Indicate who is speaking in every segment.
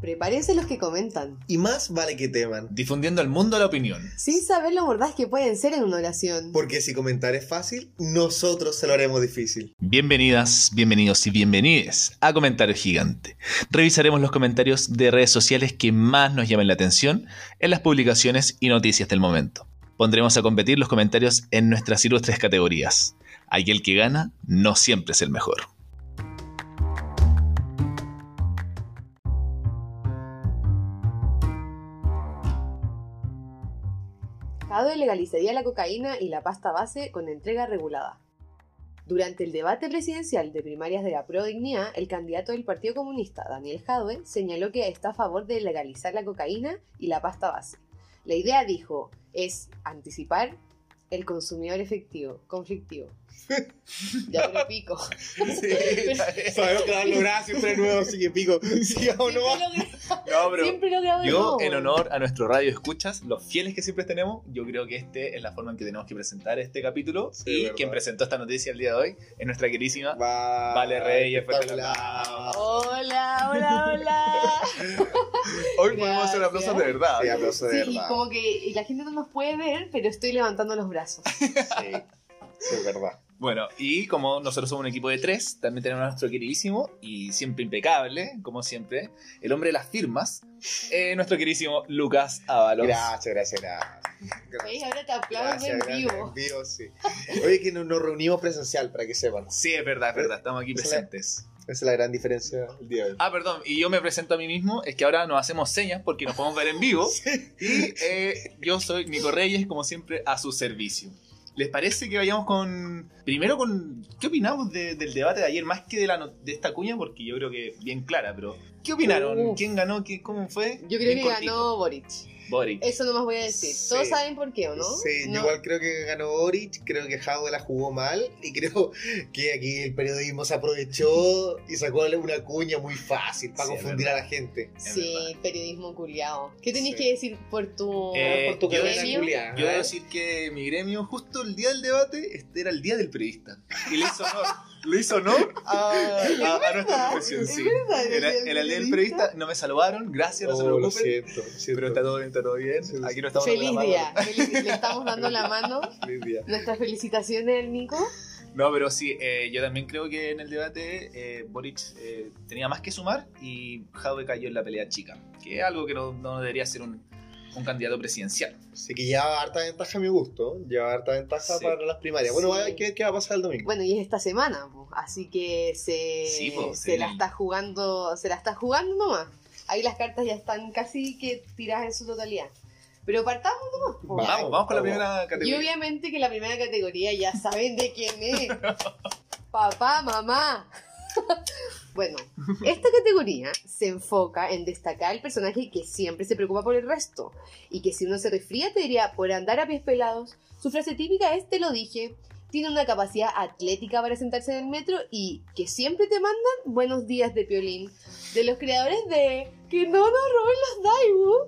Speaker 1: Prepárense los que comentan.
Speaker 2: Y más vale que teman.
Speaker 3: difundiendo al mundo la opinión.
Speaker 1: Sin saber lo mordaz que pueden ser en una oración.
Speaker 2: Porque si comentar es fácil, nosotros se lo haremos difícil.
Speaker 3: Bienvenidas, bienvenidos y bienvenides a Comentario Gigante. Revisaremos los comentarios de redes sociales que más nos llamen la atención en las publicaciones y noticias del momento. Pondremos a competir los comentarios en nuestras ilustres categorías. Aquel que gana no siempre es el mejor.
Speaker 1: Jadwe legalizaría la cocaína y la pasta base con entrega regulada. Durante el debate presidencial de primarias de la Pro Dignidad, el candidato del Partido Comunista, Daniel Jadwe, señaló que está a favor de legalizar la cocaína y la pasta base. La idea, dijo, es anticipar el consumidor efectivo, conflictivo. ya pero pico.
Speaker 2: Sabemos que la logrado siempre nuevo, así que pico. Sí o
Speaker 1: Siempre
Speaker 2: no.
Speaker 1: logra-
Speaker 3: No, pero
Speaker 1: Siempre logrado
Speaker 3: yo, en honor a nuestro radio escuchas, los fieles que siempre tenemos, yo creo que este es la forma en que tenemos que presentar este capítulo.
Speaker 2: Sí,
Speaker 3: y
Speaker 2: verdad.
Speaker 3: quien presentó esta noticia el día de hoy es nuestra queridísima
Speaker 2: Va-
Speaker 3: Vale Reyes, fuerte el
Speaker 2: espectacular.
Speaker 1: Hola, hola, hola.
Speaker 3: Hoy podemos hacer
Speaker 1: Gracias.
Speaker 3: aplausos de verdad.
Speaker 2: Sí, aplauso de
Speaker 1: Sí, y
Speaker 2: verdad.
Speaker 1: como que y la gente no nos puede ver, pero estoy levantando los brazos.
Speaker 2: Sí, sí, es verdad.
Speaker 3: Bueno, y como nosotros somos un equipo de tres, también tenemos a nuestro queridísimo y siempre impecable, como siempre, el hombre de las firmas, eh, nuestro queridísimo Lucas Ábalos.
Speaker 2: Gracias, gracias, gracias.
Speaker 1: ¿Veis? Ahora te aplaudo en
Speaker 2: en
Speaker 1: vivo.
Speaker 2: vivo, sí. Oye, que no- nos reunimos presencial, para que sepan.
Speaker 3: Sí, es verdad, es verdad, estamos aquí
Speaker 2: Hola.
Speaker 3: presentes.
Speaker 2: Esa es la gran diferencia del día de hoy.
Speaker 3: Ah, perdón, y yo me presento a mí mismo, es que ahora nos hacemos señas porque nos podemos ver en vivo. Y eh, yo soy Nico Reyes, como siempre, a su servicio. ¿Les parece que vayamos con. Primero con. ¿Qué opinamos de- del debate de ayer? Más que de, la no- de esta cuña, porque yo creo que bien clara, pero. ¿Qué opinaron?
Speaker 1: Uh.
Speaker 3: ¿Quién ganó? ¿Qué, ¿Cómo fue?
Speaker 1: Yo creo
Speaker 3: Bien
Speaker 1: que
Speaker 3: cortito.
Speaker 1: ganó Boric.
Speaker 3: Boric.
Speaker 1: Eso no más voy a decir.
Speaker 2: Sí.
Speaker 1: Todos saben por qué, ¿o no?
Speaker 2: Sí, yo
Speaker 1: No.
Speaker 2: igual creo que ganó Boric, creo que Jadwe la jugó mal y creo que aquí el periodismo se aprovechó y sacó una cuña muy fácil para
Speaker 3: Sí, es
Speaker 2: confundir a la gente.
Speaker 3: Es
Speaker 1: Sí,
Speaker 3: verdad.
Speaker 1: periodismo culiao. ¿Qué tenéis
Speaker 2: Sí.
Speaker 1: que decir por tu,
Speaker 3: Eh,
Speaker 1: por tu
Speaker 3: yo-
Speaker 1: gremio?
Speaker 2: Julia,
Speaker 3: Yo
Speaker 2: ¿eh?
Speaker 3: debo decir que mi gremio, justo el día del debate, este era el día del periodista. Y le hizo honor. le hizo honor a, a- a nuestra
Speaker 1: verdad,
Speaker 3: profesión.
Speaker 1: es
Speaker 3: sí.
Speaker 1: verdad,
Speaker 3: Era
Speaker 1: el día del
Speaker 3: era el día del
Speaker 1: periodista.
Speaker 3: periodista. No me saludaron, gracias, no se
Speaker 2: Oh, lo
Speaker 3: preocupen.
Speaker 2: siento, lo siento.
Speaker 3: Pero está todo bien, está todo bien.
Speaker 2: Sí, sí.
Speaker 3: Aquí no estamos
Speaker 1: Feliz
Speaker 3: dando la
Speaker 1: día.
Speaker 3: mano.
Speaker 1: Feliz- Le estamos dando la mano.
Speaker 2: Feliz día.
Speaker 1: Nuestras felicitaciones, Nico.
Speaker 3: No, pero sí, eh, yo también creo que en el debate eh, Boric eh, tenía más que sumar y Jadwe cayó en la pelea chica, que es algo que no, no debería ser un, un candidato presidencial.
Speaker 2: Así que lleva harta ventaja a mi gusto, lleva harta ventaja
Speaker 3: Sí.
Speaker 2: para las primarias. Bueno,
Speaker 1: Sí.
Speaker 2: hay que ver qué va a pasar el domingo.
Speaker 1: Bueno, y es esta semana, po. así que se,
Speaker 3: Sí, po,
Speaker 1: se
Speaker 3: sí.
Speaker 1: la está jugando, se la está jugando nomás. Ahí las cartas ya están casi que tiradas en su totalidad. Pero partamos nomás. po.
Speaker 2: Vamos,
Speaker 3: Vamos, vamos con la
Speaker 2: vamos.
Speaker 3: primera
Speaker 1: Y
Speaker 3: categoría.
Speaker 1: obviamente que la primera categoría ya saben de quién es. Papá, mamá. bueno, esta categoría se enfoca en destacar el personaje que siempre se preocupa por el resto. Y que si uno se resfría te diría por andar a pies pelados. Su frase típica es te lo dije. Tiene una capacidad atlética para sentarse en el metro y que siempre te mandan buenos días de Piolín. De los creadores de que no nos roben los Daibu.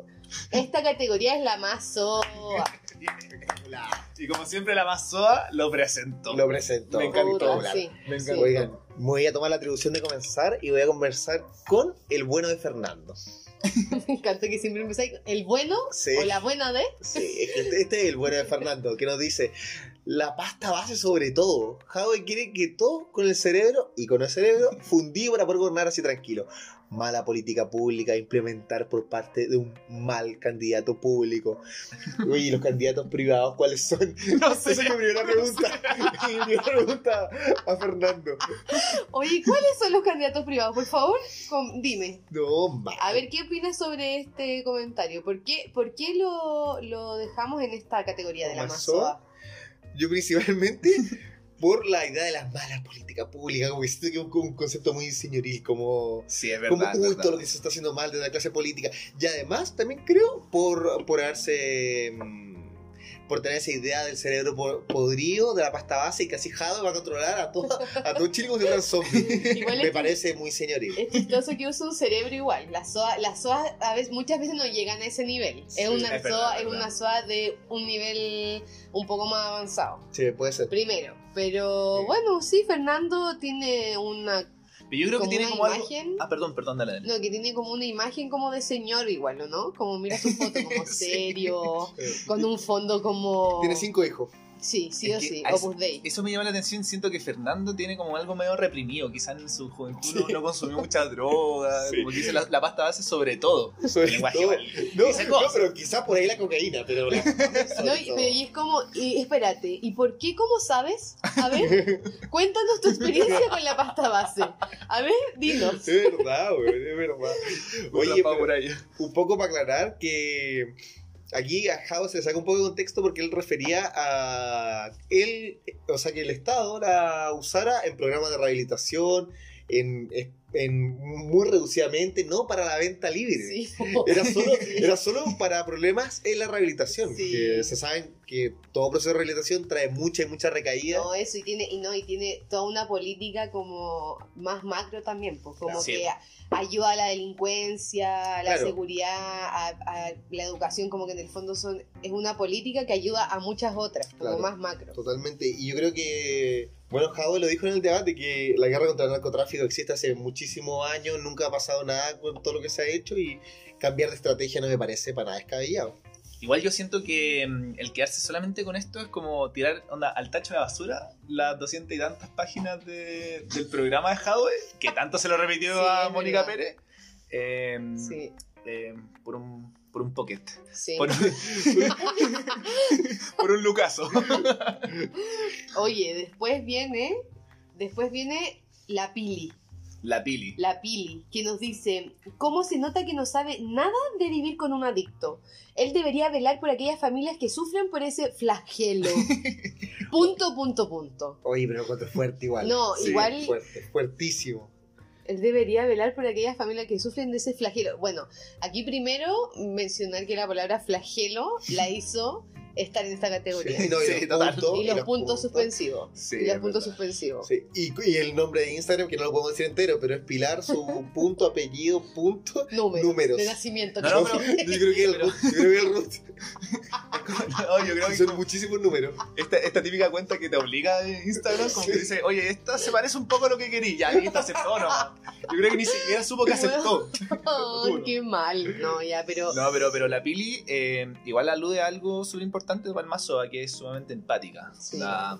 Speaker 1: Esta categoría es la más soa.
Speaker 3: Y como siempre, la más soa lo presentó.
Speaker 2: Oh, Lo presento.
Speaker 3: Me encantó.
Speaker 1: Puta, sí,
Speaker 3: Me
Speaker 1: sí.
Speaker 3: encantó.
Speaker 2: Oigan, me voy a tomar la atribución de comenzar y voy a conversar con el bueno de Fernando.
Speaker 1: Me encanta que siempre empezáis con el bueno
Speaker 2: Sí.
Speaker 1: o la buena de.
Speaker 2: Sí, es que este, este es el bueno de Fernando, que nos dice, la pasta base sobre todo. Jadwe quiere que todo con el cerebro y con el cerebro fundido para poder gobernar así tranquilo. Mala política pública a implementar por parte de un mal candidato público. Oye, ¿y los candidatos privados cuáles son?
Speaker 3: No
Speaker 2: Esa
Speaker 3: sé.
Speaker 2: es mi primera pregunta. Mi primera pregunta a Fernando.
Speaker 1: Oye, ¿cuáles son los candidatos privados? Por favor, com- dime.
Speaker 2: No, mal.
Speaker 1: A ver, ¿qué opinas sobre este comentario? ¿Por qué, por qué lo, lo dejamos en esta categoría de la
Speaker 2: ¿Como
Speaker 1: más
Speaker 2: soa?
Speaker 1: soa?
Speaker 2: Yo principalmente por la idea de las malas políticas públicas, como que siento que es un, un concepto muy señoril, como,
Speaker 3: Sí, es
Speaker 2: como
Speaker 3: verdad. es
Speaker 2: uy,
Speaker 3: verdad.
Speaker 2: todo lo que se está haciendo mal de la clase política. Y además también creo por, por haberse... mm, por tener esa idea del cerebro po- podrido, de la pasta base y casi Jado va a controlar a todo, a todo Chile como si fuera un zombie.
Speaker 1: Igual
Speaker 2: Me
Speaker 1: es-
Speaker 2: parece muy señoril.
Speaker 1: Es chistoso que usa un cerebro igual. Las soas las soas a veces, muchas veces no llegan a ese nivel.
Speaker 2: Sí,
Speaker 1: es una
Speaker 3: es verdad,
Speaker 1: soa,
Speaker 3: es
Speaker 1: es
Speaker 3: verdad.
Speaker 1: una soa de un nivel un poco más avanzado.
Speaker 2: Sí, puede ser.
Speaker 1: Primero. Pero
Speaker 2: Sí.
Speaker 1: bueno, sí, Fernando tiene una
Speaker 3: Pero yo creo que
Speaker 1: Como
Speaker 3: tiene
Speaker 1: una
Speaker 3: como
Speaker 1: imagen.
Speaker 3: algo. Ah, perdón, perdón, dale, dale.
Speaker 1: No, que tiene como una imagen como de señor igual, ¿o ¿no? Como mira su foto como serio, con un fondo como...
Speaker 2: Tiene cinco hijos.
Speaker 1: Sí, sí
Speaker 3: Es
Speaker 1: o
Speaker 3: que
Speaker 1: sí,
Speaker 3: a eso-
Speaker 1: Opus Dei.
Speaker 3: Eso me llama la atención. Siento que Fernando tiene como algo medio reprimido. Quizás en su juventud no- no consumió mucha droga.
Speaker 2: Sí.
Speaker 3: Como que dice la, la pasta base, sobre todo.
Speaker 2: Sobre
Speaker 3: Lenguaje
Speaker 2: todo. No,
Speaker 3: Esa
Speaker 2: no,
Speaker 3: cosa.
Speaker 2: pero quizá por ahí la cocaína, pero. la- sobre
Speaker 1: No, y,
Speaker 2: todo.
Speaker 1: pero y es como, y espérate, ¿y por qué cómo sabes? A ver, cuéntanos tu experiencia con la pasta base. A ver, dinos.
Speaker 2: Es verdad, güey, es verdad. Oye,
Speaker 3: Atrapado
Speaker 2: pero
Speaker 3: por ahí.
Speaker 2: un poco para aclarar que aquí a House se le saca un poco de contexto porque él refería a él, o sea, que el Estado la usara en programas de rehabilitación, en, en muy reducidamente, no para la venta libre.
Speaker 1: Sí.
Speaker 2: Era solo, era solo para problemas en la rehabilitación.
Speaker 1: Sí.
Speaker 2: Que se saben que todo proceso de rehabilitación trae mucha y mucha recaída.
Speaker 1: No, eso, y tiene, y no, y tiene toda una política como más macro también, pues como
Speaker 3: Sí.
Speaker 1: que a- ayuda a la delincuencia, a la
Speaker 2: Claro.
Speaker 1: seguridad, a, a la educación, como que en el fondo son, es una política que ayuda a muchas otras, como
Speaker 2: Claro.
Speaker 1: más macro.
Speaker 2: Totalmente. Y yo creo que, bueno, Javo lo dijo en el debate, que la guerra contra el narcotráfico existe hace muchísimos años, nunca ha pasado nada con todo lo que se ha hecho y cambiar de estrategia no me parece para nada descabellado.
Speaker 3: Igual yo siento que mm, el quedarse solamente con esto es como tirar onda, al tacho de basura las doscientas y tantas páginas de- del programa de Jadwe, que tanto se lo repitió
Speaker 1: Sí,
Speaker 3: a
Speaker 1: es
Speaker 3: Mónica
Speaker 1: verdad.
Speaker 3: Pérez, em,
Speaker 1: Sí,
Speaker 3: em, por, un, por un pocket.
Speaker 1: sí.
Speaker 3: Por, por un lucaso.
Speaker 1: Oye, después viene, después viene la pili,
Speaker 3: La pili.
Speaker 1: la pili, que nos dice, ¿cómo se nota que no sabe nada de vivir con un adicto? Él debería velar por aquellas familias que sufren por ese flagelo. punto, punto, punto.
Speaker 2: Oye, pero cuánto fuerte igual.
Speaker 1: No, igual-
Speaker 2: Fuerte, fuertísimo.
Speaker 1: Él debería velar por aquellas familias que sufren de ese flagelo. Bueno, aquí primero mencionar que la palabra flagelo la hizo estar en esta categoría.
Speaker 2: Sí, no, y,
Speaker 3: Sí,
Speaker 2: los
Speaker 3: total.
Speaker 2: puntos,
Speaker 1: y los puntos
Speaker 2: suspensivos.
Speaker 1: suspensivos.
Speaker 3: Sí,
Speaker 1: y
Speaker 3: es
Speaker 1: los puntos
Speaker 3: verdad.
Speaker 1: suspensivos.
Speaker 2: Sí, y, y el nombre de Instagram, que no lo podemos decir entero, pero es Pilar, su punto, apellido, punto.
Speaker 1: Números,
Speaker 2: Números.
Speaker 1: de nacimiento.
Speaker 3: No, no,
Speaker 1: claro.
Speaker 2: yo creo que el root, yo creo que el root.
Speaker 3: No, yo creo que
Speaker 2: Son muchísimos números.
Speaker 3: esta, esta típica cuenta que te obliga a Instagram, como que dice, oye, esta se parece un poco a lo que quería, ya, y esta aceptó, no. Yo creo que ni siquiera supo que aceptó.
Speaker 1: Ay, qué mal. No, ya, pero.
Speaker 3: No, pero, pero la Pili eh, igual alude a algo súper importante para el mazo, a que es sumamente empática.
Speaker 1: Sí.
Speaker 3: La-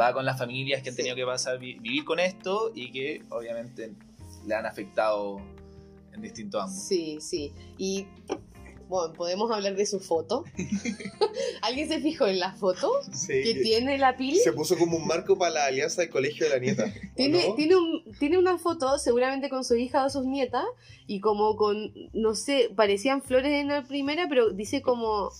Speaker 3: va con las familias que han
Speaker 1: Sí.
Speaker 3: tenido que pasar vi- vivir con esto y que obviamente le han afectado en distintos ángulos.
Speaker 1: Sí, sí. Y. Bueno, podemos hablar de su foto. ¿Alguien se fijó en la foto
Speaker 2: Sí.
Speaker 1: que tiene la pili?
Speaker 2: Se puso como un marco para la alianza del colegio de la nieta. ¿o
Speaker 1: Tiene,
Speaker 2: no?
Speaker 1: tiene, un, tiene una foto seguramente con su hija o sus nietas y como con, no sé, parecían flores en la primera, pero dice como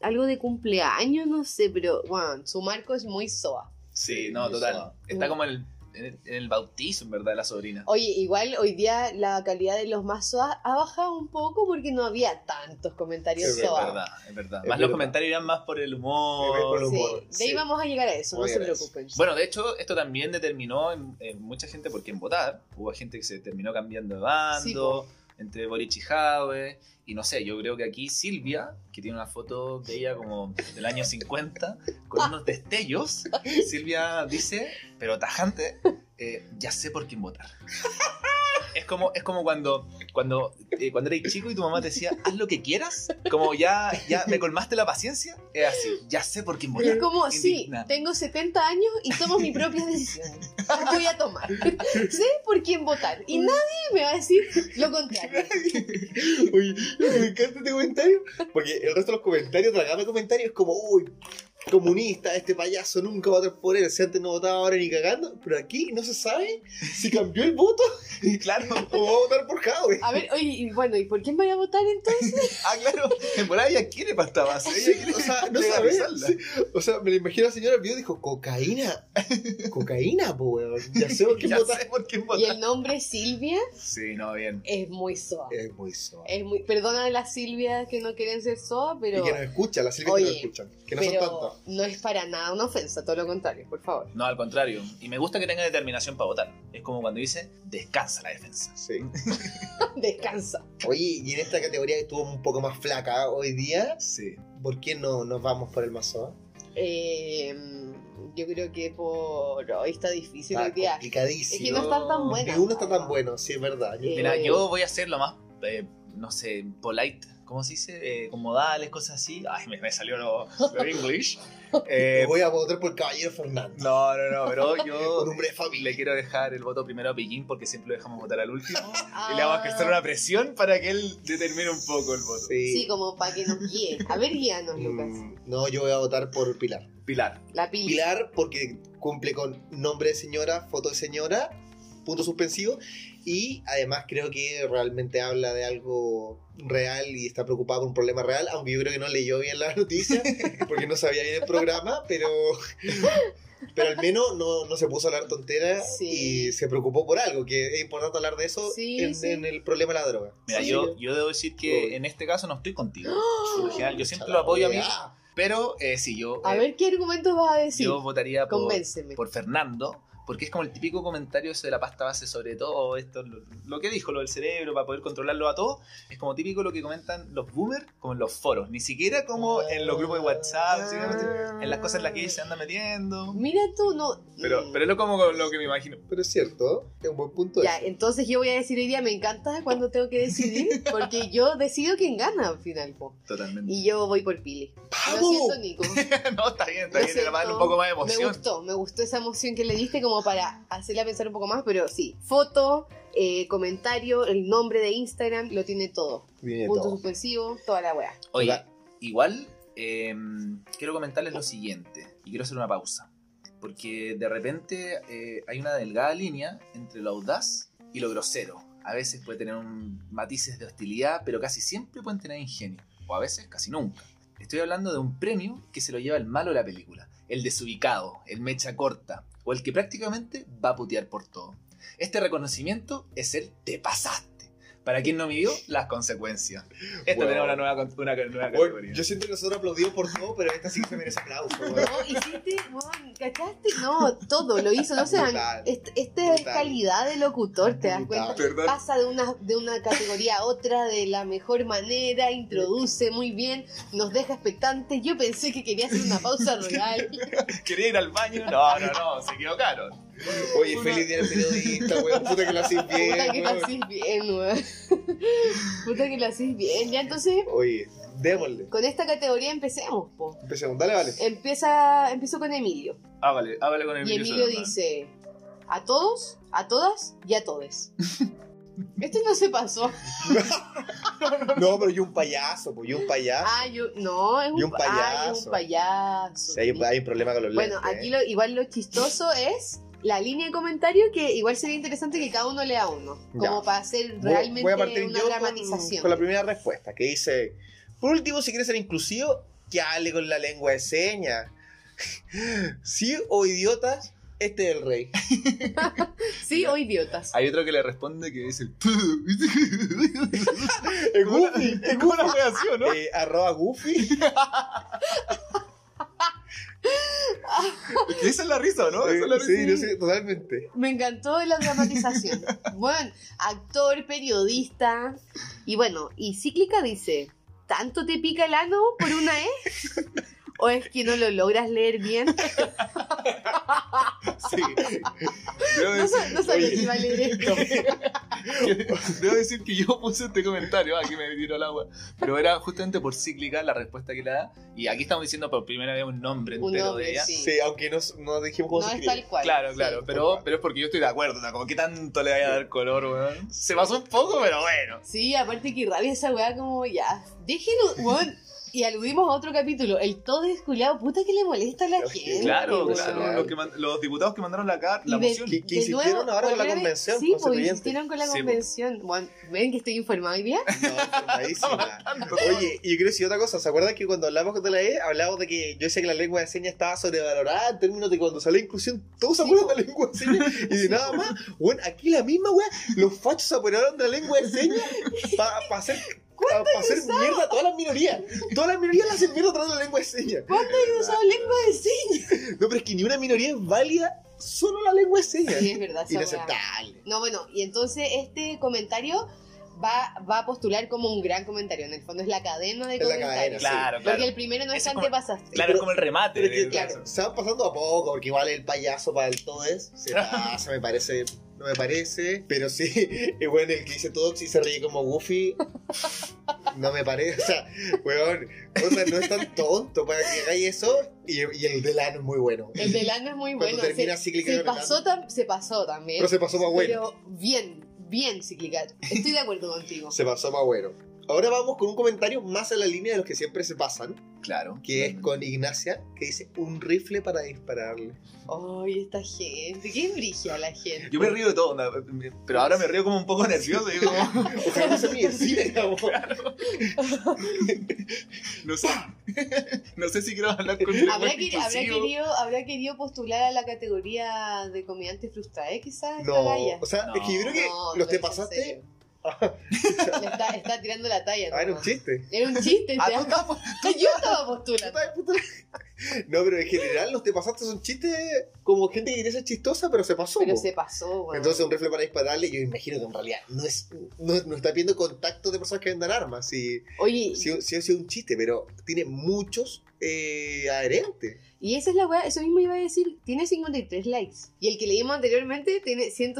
Speaker 1: algo de cumpleaños, no sé, pero bueno, su marco es muy soa.
Speaker 3: Sí, no, total. Está como en el, en el- en el bautizo, en verdad, de la sobrina.
Speaker 1: Oye, igual hoy día la calidad de los más soa ha bajado un poco porque no había tantos comentarios
Speaker 2: Sí,
Speaker 3: Es
Speaker 1: soa.
Speaker 3: verdad, es verdad.
Speaker 2: Es
Speaker 3: más los
Speaker 2: verdad.
Speaker 3: comentarios irán más por el
Speaker 2: Sí, por
Speaker 3: humor.
Speaker 2: el
Speaker 1: Sí,
Speaker 2: humor,
Speaker 1: de ahí
Speaker 2: sí.
Speaker 1: vamos a llegar a eso,
Speaker 2: Voy
Speaker 1: no
Speaker 2: a
Speaker 1: se
Speaker 2: ver eso.
Speaker 1: preocupen.
Speaker 3: Bueno, de hecho, esto también determinó en, en mucha gente por quién votar. Hubo gente que se terminó cambiando de
Speaker 1: Sí,
Speaker 3: bando,
Speaker 1: po.
Speaker 3: entre Boric y Jave. Y no sé, yo creo que aquí Silvia, que tiene una foto de ella como del año 50, con unos destellos, Silvia dice, pero tajante, eh, ya sé por quién votar. Es como, es como cuando, cuando, eh, cuando eres chico y tu mamá te decía, haz lo que quieras, como ya, ya me colmaste la paciencia, es así, ya sé por quién votar.
Speaker 1: Es como, sí,
Speaker 3: Indigna.
Speaker 1: tengo 70 años y tomo mis propias decisiones. Las voy a tomar. sé por quién votar. Y nadie me va a decir lo contrario.
Speaker 2: Oye, me encanta este comentario. Porque el resto de los comentarios, tragame comentarios, es como, uy, comunista, este payaso nunca va a votar por él. Si antes no votaba ahora ni cagando. Pero aquí no se sabe si cambió el voto
Speaker 3: Claro.
Speaker 2: o va a votar por Jave.
Speaker 1: A ver, oye, y bueno, ¿y por quién voy a votar entonces?
Speaker 3: Ah, claro. En volada ella quiere pasta base. Ella quiere
Speaker 2: O sea, no
Speaker 3: sabes.
Speaker 2: sabes. O sea, me lo imagino la señora vio y dijo, cocaína. Cocaína, po, weón. Ya sé por qué
Speaker 3: Ya
Speaker 2: votar.
Speaker 3: sé por quién
Speaker 1: Y
Speaker 3: votar.
Speaker 1: el nombre Silvia
Speaker 3: Sí, no, bien.
Speaker 1: es muy soa.
Speaker 2: Es muy suave.
Speaker 1: Es muy, perdona a las Silvias que no quieren ser soa,
Speaker 2: Y
Speaker 1: Eh, pero,
Speaker 2: que nos escucha, las silvia que nos
Speaker 1: Oye,
Speaker 2: escuchan. Que no son tantas.
Speaker 1: pero no es para nada una ofensa, todo lo contrario, por favor.
Speaker 3: No, al contrario. Y me gusta que tenga determinación para votar. Es como cuando dice, descansa la defensa.
Speaker 2: Sí.
Speaker 1: Descansa.
Speaker 2: Oye, y en esta categoría que estuvo un poco más flaca hoy día,
Speaker 3: Sí.
Speaker 2: ¿por qué no nos vamos por el mazo?
Speaker 1: Eh, yo creo que por hoy está difícil hoy
Speaker 2: Está
Speaker 1: día. Es que no
Speaker 2: complicadísimo.
Speaker 1: están tan Ah. buenas.
Speaker 2: Ni uno está tan bueno, sí, es verdad. Yo-
Speaker 1: Eh,
Speaker 3: Mira, yo voy a hacer lo más, eh, no sé, polite. ¿Cómo se dice? Eh, con modales, cosas así. Ay, me, me salió lo, lo English. Eh,
Speaker 2: Me voy a votar por Caballero Fernández.
Speaker 3: no, no, no, pero
Speaker 2: Por
Speaker 3: yo
Speaker 2: hombre de familia.
Speaker 3: le quiero dejar el voto primero a Pillín porque siempre lo dejamos votar al último.
Speaker 1: Ah,
Speaker 3: Y le vamos a ejercer una presión para que él determine un poco el voto.
Speaker 1: Sí, como para que nos guíe. A ver, guíanos, Lucas.
Speaker 2: Mm, No, yo voy a votar por Pilar.
Speaker 3: Pilar.
Speaker 1: La pila.
Speaker 2: Pilar porque cumple con nombre de señora, foto de señora, punto suspensivo. Y además creo que realmente habla de algo real y está preocupada por un problema real, aunque yo creo que no leyó bien la noticia porque no sabía bien el programa, pero... Pero al menos no, no se puso a hablar tontera
Speaker 1: Sí.
Speaker 2: y se preocupó por algo, que es importante hablar de eso
Speaker 1: Sí,
Speaker 2: en,
Speaker 1: sí.
Speaker 2: en el problema de la droga.
Speaker 3: Mira,
Speaker 2: Sí.
Speaker 3: yo, yo debo decir que
Speaker 2: Uy.
Speaker 3: en este caso no estoy contigo.
Speaker 1: ¡Ah!
Speaker 3: En general, yo siempre
Speaker 2: Chala, ah,
Speaker 3: lo apoyo a mí.
Speaker 2: wea.
Speaker 3: Pero eh, sí, yo,
Speaker 1: A
Speaker 3: eh,
Speaker 1: ver, ¿qué argumentos vas a decir?
Speaker 3: yo votaría por,
Speaker 1: Convénceme.
Speaker 3: por Fernando. Porque es como el típico comentario ese de la pasta base sobre todo esto, lo, lo que dijo, lo del cerebro, para poder controlarlo a todo, es como típico lo que comentan los boomers como en los foros, ni siquiera como en los grupos de WhatsApp,
Speaker 2: Ah.
Speaker 3: sino en las cosas en las que ellos se andan metiendo.
Speaker 1: Ah, Mira tú, no.
Speaker 3: Pero,
Speaker 1: Mm.
Speaker 3: pero es lo como lo que me imagino.
Speaker 2: Pero es cierto, es un buen punto.
Speaker 1: Ya,
Speaker 2: ese.
Speaker 1: entonces yo voy a decir hoy día, me encanta cuando tengo que decidir, porque yo decido quién gana al final. po.
Speaker 3: Totalmente.
Speaker 1: Y yo voy por Pili. Lo
Speaker 2: ¡Vamos!
Speaker 1: siento, Nico.
Speaker 3: no, está bien, está
Speaker 1: Lo
Speaker 3: bien, era para darle un
Speaker 1: siento.
Speaker 3: poco más de
Speaker 1: Me
Speaker 3: emoción.
Speaker 1: gustó, me gustó esa emoción que le diste como para hacerla pensar un poco más, pero sí, foto, eh, comentario, el nombre de Instagram, lo tiene todo.
Speaker 2: Viene
Speaker 1: Punto
Speaker 2: todo.
Speaker 1: suspensivo, toda la weá.
Speaker 3: Oye,
Speaker 2: Hola.
Speaker 3: igual eh, quiero comentarles lo siguiente y quiero hacer una pausa. Porque de repente eh, hay una delgada línea entre lo audaz y lo grosero. A veces puede tener un- matices de hostilidad, pero casi siempre pueden tener ingenio. O a veces casi nunca. Estoy hablando de un premio que se lo lleva el malo de la película. El desubicado, el mecha corta, o el que prácticamente va a putear por todo. Este reconocimiento es el te pasaste. Para quien no midió las consecuencias. Esto
Speaker 2: Wow.
Speaker 3: tenemos una nueva, con- una, nueva
Speaker 2: Bueno,
Speaker 3: categoría.
Speaker 2: yo siento que nosotros aplaudimos por todo, pero esta sí que se merece aplauso.
Speaker 1: No,
Speaker 2: weón.
Speaker 1: hiciste, weón, ¿cachaste? No, todo lo hizo, no sean.
Speaker 2: Brutal.
Speaker 1: est- Esta es
Speaker 2: Brutal.
Speaker 1: calidad de locutor, ¿te das
Speaker 2: Brutal.
Speaker 1: cuenta?
Speaker 3: ¿Verdad?
Speaker 1: Pasa de una, de una categoría a otra de la mejor manera, introduce muy bien, nos deja expectantes. Yo pensé que quería hacer una pausa real.
Speaker 3: Quería ir al baño. No, no, no, se equivocaron.
Speaker 2: Oye, feliz día del periodista, weón. Puta que lo haces bien,
Speaker 1: Puta que lo
Speaker 2: weón.
Speaker 1: haces bien, weón. Puta que lo haces bien. Ya entonces,
Speaker 2: Oye, démosle.
Speaker 1: con esta categoría empecemos, po.
Speaker 2: Empecemos, dale, vale.
Speaker 1: Eh, Empieza, empiezo con Emilio.
Speaker 3: Hágale, hágale con Emilio.
Speaker 1: y Emilio
Speaker 3: Solano.
Speaker 1: dice, a todos, a todas y a todes. Este no se pasó.
Speaker 2: No, pero yo un payaso, pues yo un payaso.
Speaker 1: Ah, yo, no, es un,
Speaker 2: Y un
Speaker 1: pa- ah, es un
Speaker 2: payaso.
Speaker 1: payaso.
Speaker 2: Sí, hay, un- hay un problema con los
Speaker 1: Bueno,
Speaker 2: lentes,
Speaker 1: aquí
Speaker 2: eh.
Speaker 1: lo, igual lo chistoso es la línea de comentario que igual sería interesante que cada uno lea a uno.
Speaker 2: Ya.
Speaker 1: Como para hacer
Speaker 2: Voy-
Speaker 1: realmente
Speaker 2: voy a partir
Speaker 1: una
Speaker 2: yo con-
Speaker 1: dramatización.
Speaker 2: Con, la primera respuesta, que dice: Por último, si quieres ser inclusivo, que hable con la lengua de señas. sí o idiotas, este es el rey.
Speaker 1: Sí, o idiotas.
Speaker 3: Hay otro que le responde que dice el.
Speaker 2: Es Goofy, es
Speaker 3: como
Speaker 2: Goofy.
Speaker 3: una wea así, ¿o ¿no?
Speaker 2: Eh, arroba Goofy.
Speaker 3: Es que esa es la risa, ¿o ¿no? Esa es la risa.
Speaker 2: Eh, sí, no sé, totalmente.
Speaker 1: Me encantó la dramatización. bueno, actor, periodista. Y bueno, y Cíclica dice: ¿Tanto te pica el ano por una E? ¿O es que no lo logras leer bien?
Speaker 3: Sí. Debo
Speaker 1: No,
Speaker 3: decir,
Speaker 1: sa- no sabía
Speaker 2: Oye.
Speaker 1: que iba a leer esto.
Speaker 3: que, debo decir que yo puse este comentario, aquí me tiró el agua. Pero era justamente por cíclica la respuesta que le da. Y aquí estamos diciendo por primera vez un nombre
Speaker 1: Un
Speaker 3: entero de
Speaker 1: hombre,
Speaker 3: ella.
Speaker 1: sí.
Speaker 2: Sí, aunque no, no dijimos cómo
Speaker 1: No
Speaker 2: se
Speaker 1: es
Speaker 2: escribe.
Speaker 1: tal cual.
Speaker 3: Claro,
Speaker 1: sí.
Speaker 3: claro, pero, pero es porque yo estoy de acuerdo, o sea, como que tanto le vaya a dar color, weón. Se pasó un poco, pero bueno.
Speaker 1: Sí, aparte que rabia esa weá como ya. Déjenos, weón. Y aludimos a otro capítulo. El todo desculado, puta que le molesta a la
Speaker 2: Pero es que,
Speaker 1: gente.
Speaker 3: Claro,
Speaker 1: weón.
Speaker 3: claro. Los, que man- los diputados que mandaron la, car- la
Speaker 1: Y de-
Speaker 3: moción.
Speaker 2: Que- que
Speaker 1: de
Speaker 2: insistieron
Speaker 1: nuevo,
Speaker 2: ahora con la
Speaker 1: volver a-
Speaker 2: convención
Speaker 1: Sí, pues
Speaker 2: constituyente.
Speaker 1: insistieron con la
Speaker 3: Sí, pues.
Speaker 1: convención. Bueno, ven que estoy informada hoy día.
Speaker 2: No, informadísima. Oye, y yo quiero decir otra cosa. ¿Se acuerdan que cuando hablamos de la E, hablamos de que yo decía que la lengua de señas estaba sobrevalorada en términos de cuando sale inclusión, todos se
Speaker 1: Sí,
Speaker 2: acuerdan
Speaker 1: po.
Speaker 2: de la lengua de señas y de nada más? Bueno, aquí la misma, weá, los fachos se apoderaron de la lengua de señas para hacer. Para hacer mierda a todas las minorías. Todas las minorías las hacen mierda atrás de la lengua de señas.
Speaker 1: ¿Cuánto he usado lengua de señas?
Speaker 2: No, pero es que ni una minoría es válida, solo la lengua de señas.
Speaker 1: Sí, es verdad, esa weá.
Speaker 2: Inaceptable.
Speaker 1: No, bueno, y entonces este comentario va, va a postular como un gran comentario. En el fondo es la cadena de
Speaker 2: Es la cadena,
Speaker 1: comentarios.
Speaker 2: sí.
Speaker 3: Claro,
Speaker 1: Porque
Speaker 3: claro.
Speaker 1: el primero no es
Speaker 3: Ese es como-
Speaker 1: antepasaste.
Speaker 3: Claro, es como el remate.
Speaker 2: Pero es que,
Speaker 3: de-
Speaker 2: claro, se van pasando a poco, porque igual el payaso para el todo es. Se pasa, me parece. No me parece. Pero sí, y bueno, el que dice todo y se ríe como Goofy. No me parece. O sea, weón, onda, no es tan tonto para que hagáis eso. Y, y el de Lano es muy bueno.
Speaker 1: El del ano es muy
Speaker 2: Cuando
Speaker 1: bueno.
Speaker 2: termina
Speaker 1: se,
Speaker 2: cíclica
Speaker 1: se
Speaker 2: de Orlando.
Speaker 1: pasó tam- se pasó también.
Speaker 2: Pero se pasó más bueno.
Speaker 1: Pero bien, bien cíclica. Estoy de acuerdo contigo.
Speaker 2: Se pasó más bueno. Ahora vamos con un comentario más a la línea de los que siempre se pasan,
Speaker 3: Claro.
Speaker 2: que es con Ignacia, que dice un rifle para dispararle.
Speaker 1: Ay, esta gente. Qué brigia la gente.
Speaker 3: Yo me río de todo, onda, pero ahora me río como un poco nervioso. Digo, como,
Speaker 2: Ojalá no se me encine, amor.
Speaker 3: no sé. No sé si quiero hablar con
Speaker 1: ¿Habrá,
Speaker 3: lenguaje
Speaker 1: que- habrá
Speaker 3: inclusivo.
Speaker 1: querido, habrá querido postular a la categoría de comediante frustrada, ¿eh? quizás. esta
Speaker 2: No,
Speaker 1: galla?
Speaker 2: o sea, es que yo creo que
Speaker 1: No,
Speaker 2: los te
Speaker 1: lo hizo en
Speaker 2: pasaste.
Speaker 1: serio. Le está, está tirando la talla.
Speaker 2: Ah, era un
Speaker 1: nomás.
Speaker 2: chiste.
Speaker 1: Era un chiste.
Speaker 3: Ah,
Speaker 1: ya.
Speaker 3: tú estás-
Speaker 1: Yo estaba postulando.
Speaker 2: No, pero en general los te pasaste son chistes como gente que quiere ser chistosa, pero se pasó.
Speaker 1: Pero
Speaker 2: po.
Speaker 1: se pasó, weón.
Speaker 2: Entonces un rifle para dispararle, yo imagino que en realidad no, es, no, no está pidiendo contacto de personas que vendan armas. Si
Speaker 1: Oye,
Speaker 2: si si ha sido un chiste, pero tiene muchos eh, adherentes.
Speaker 1: y esa es la weá, eso mismo iba a decir, tiene 53 likes. Y el que leímos anteriormente tiene 100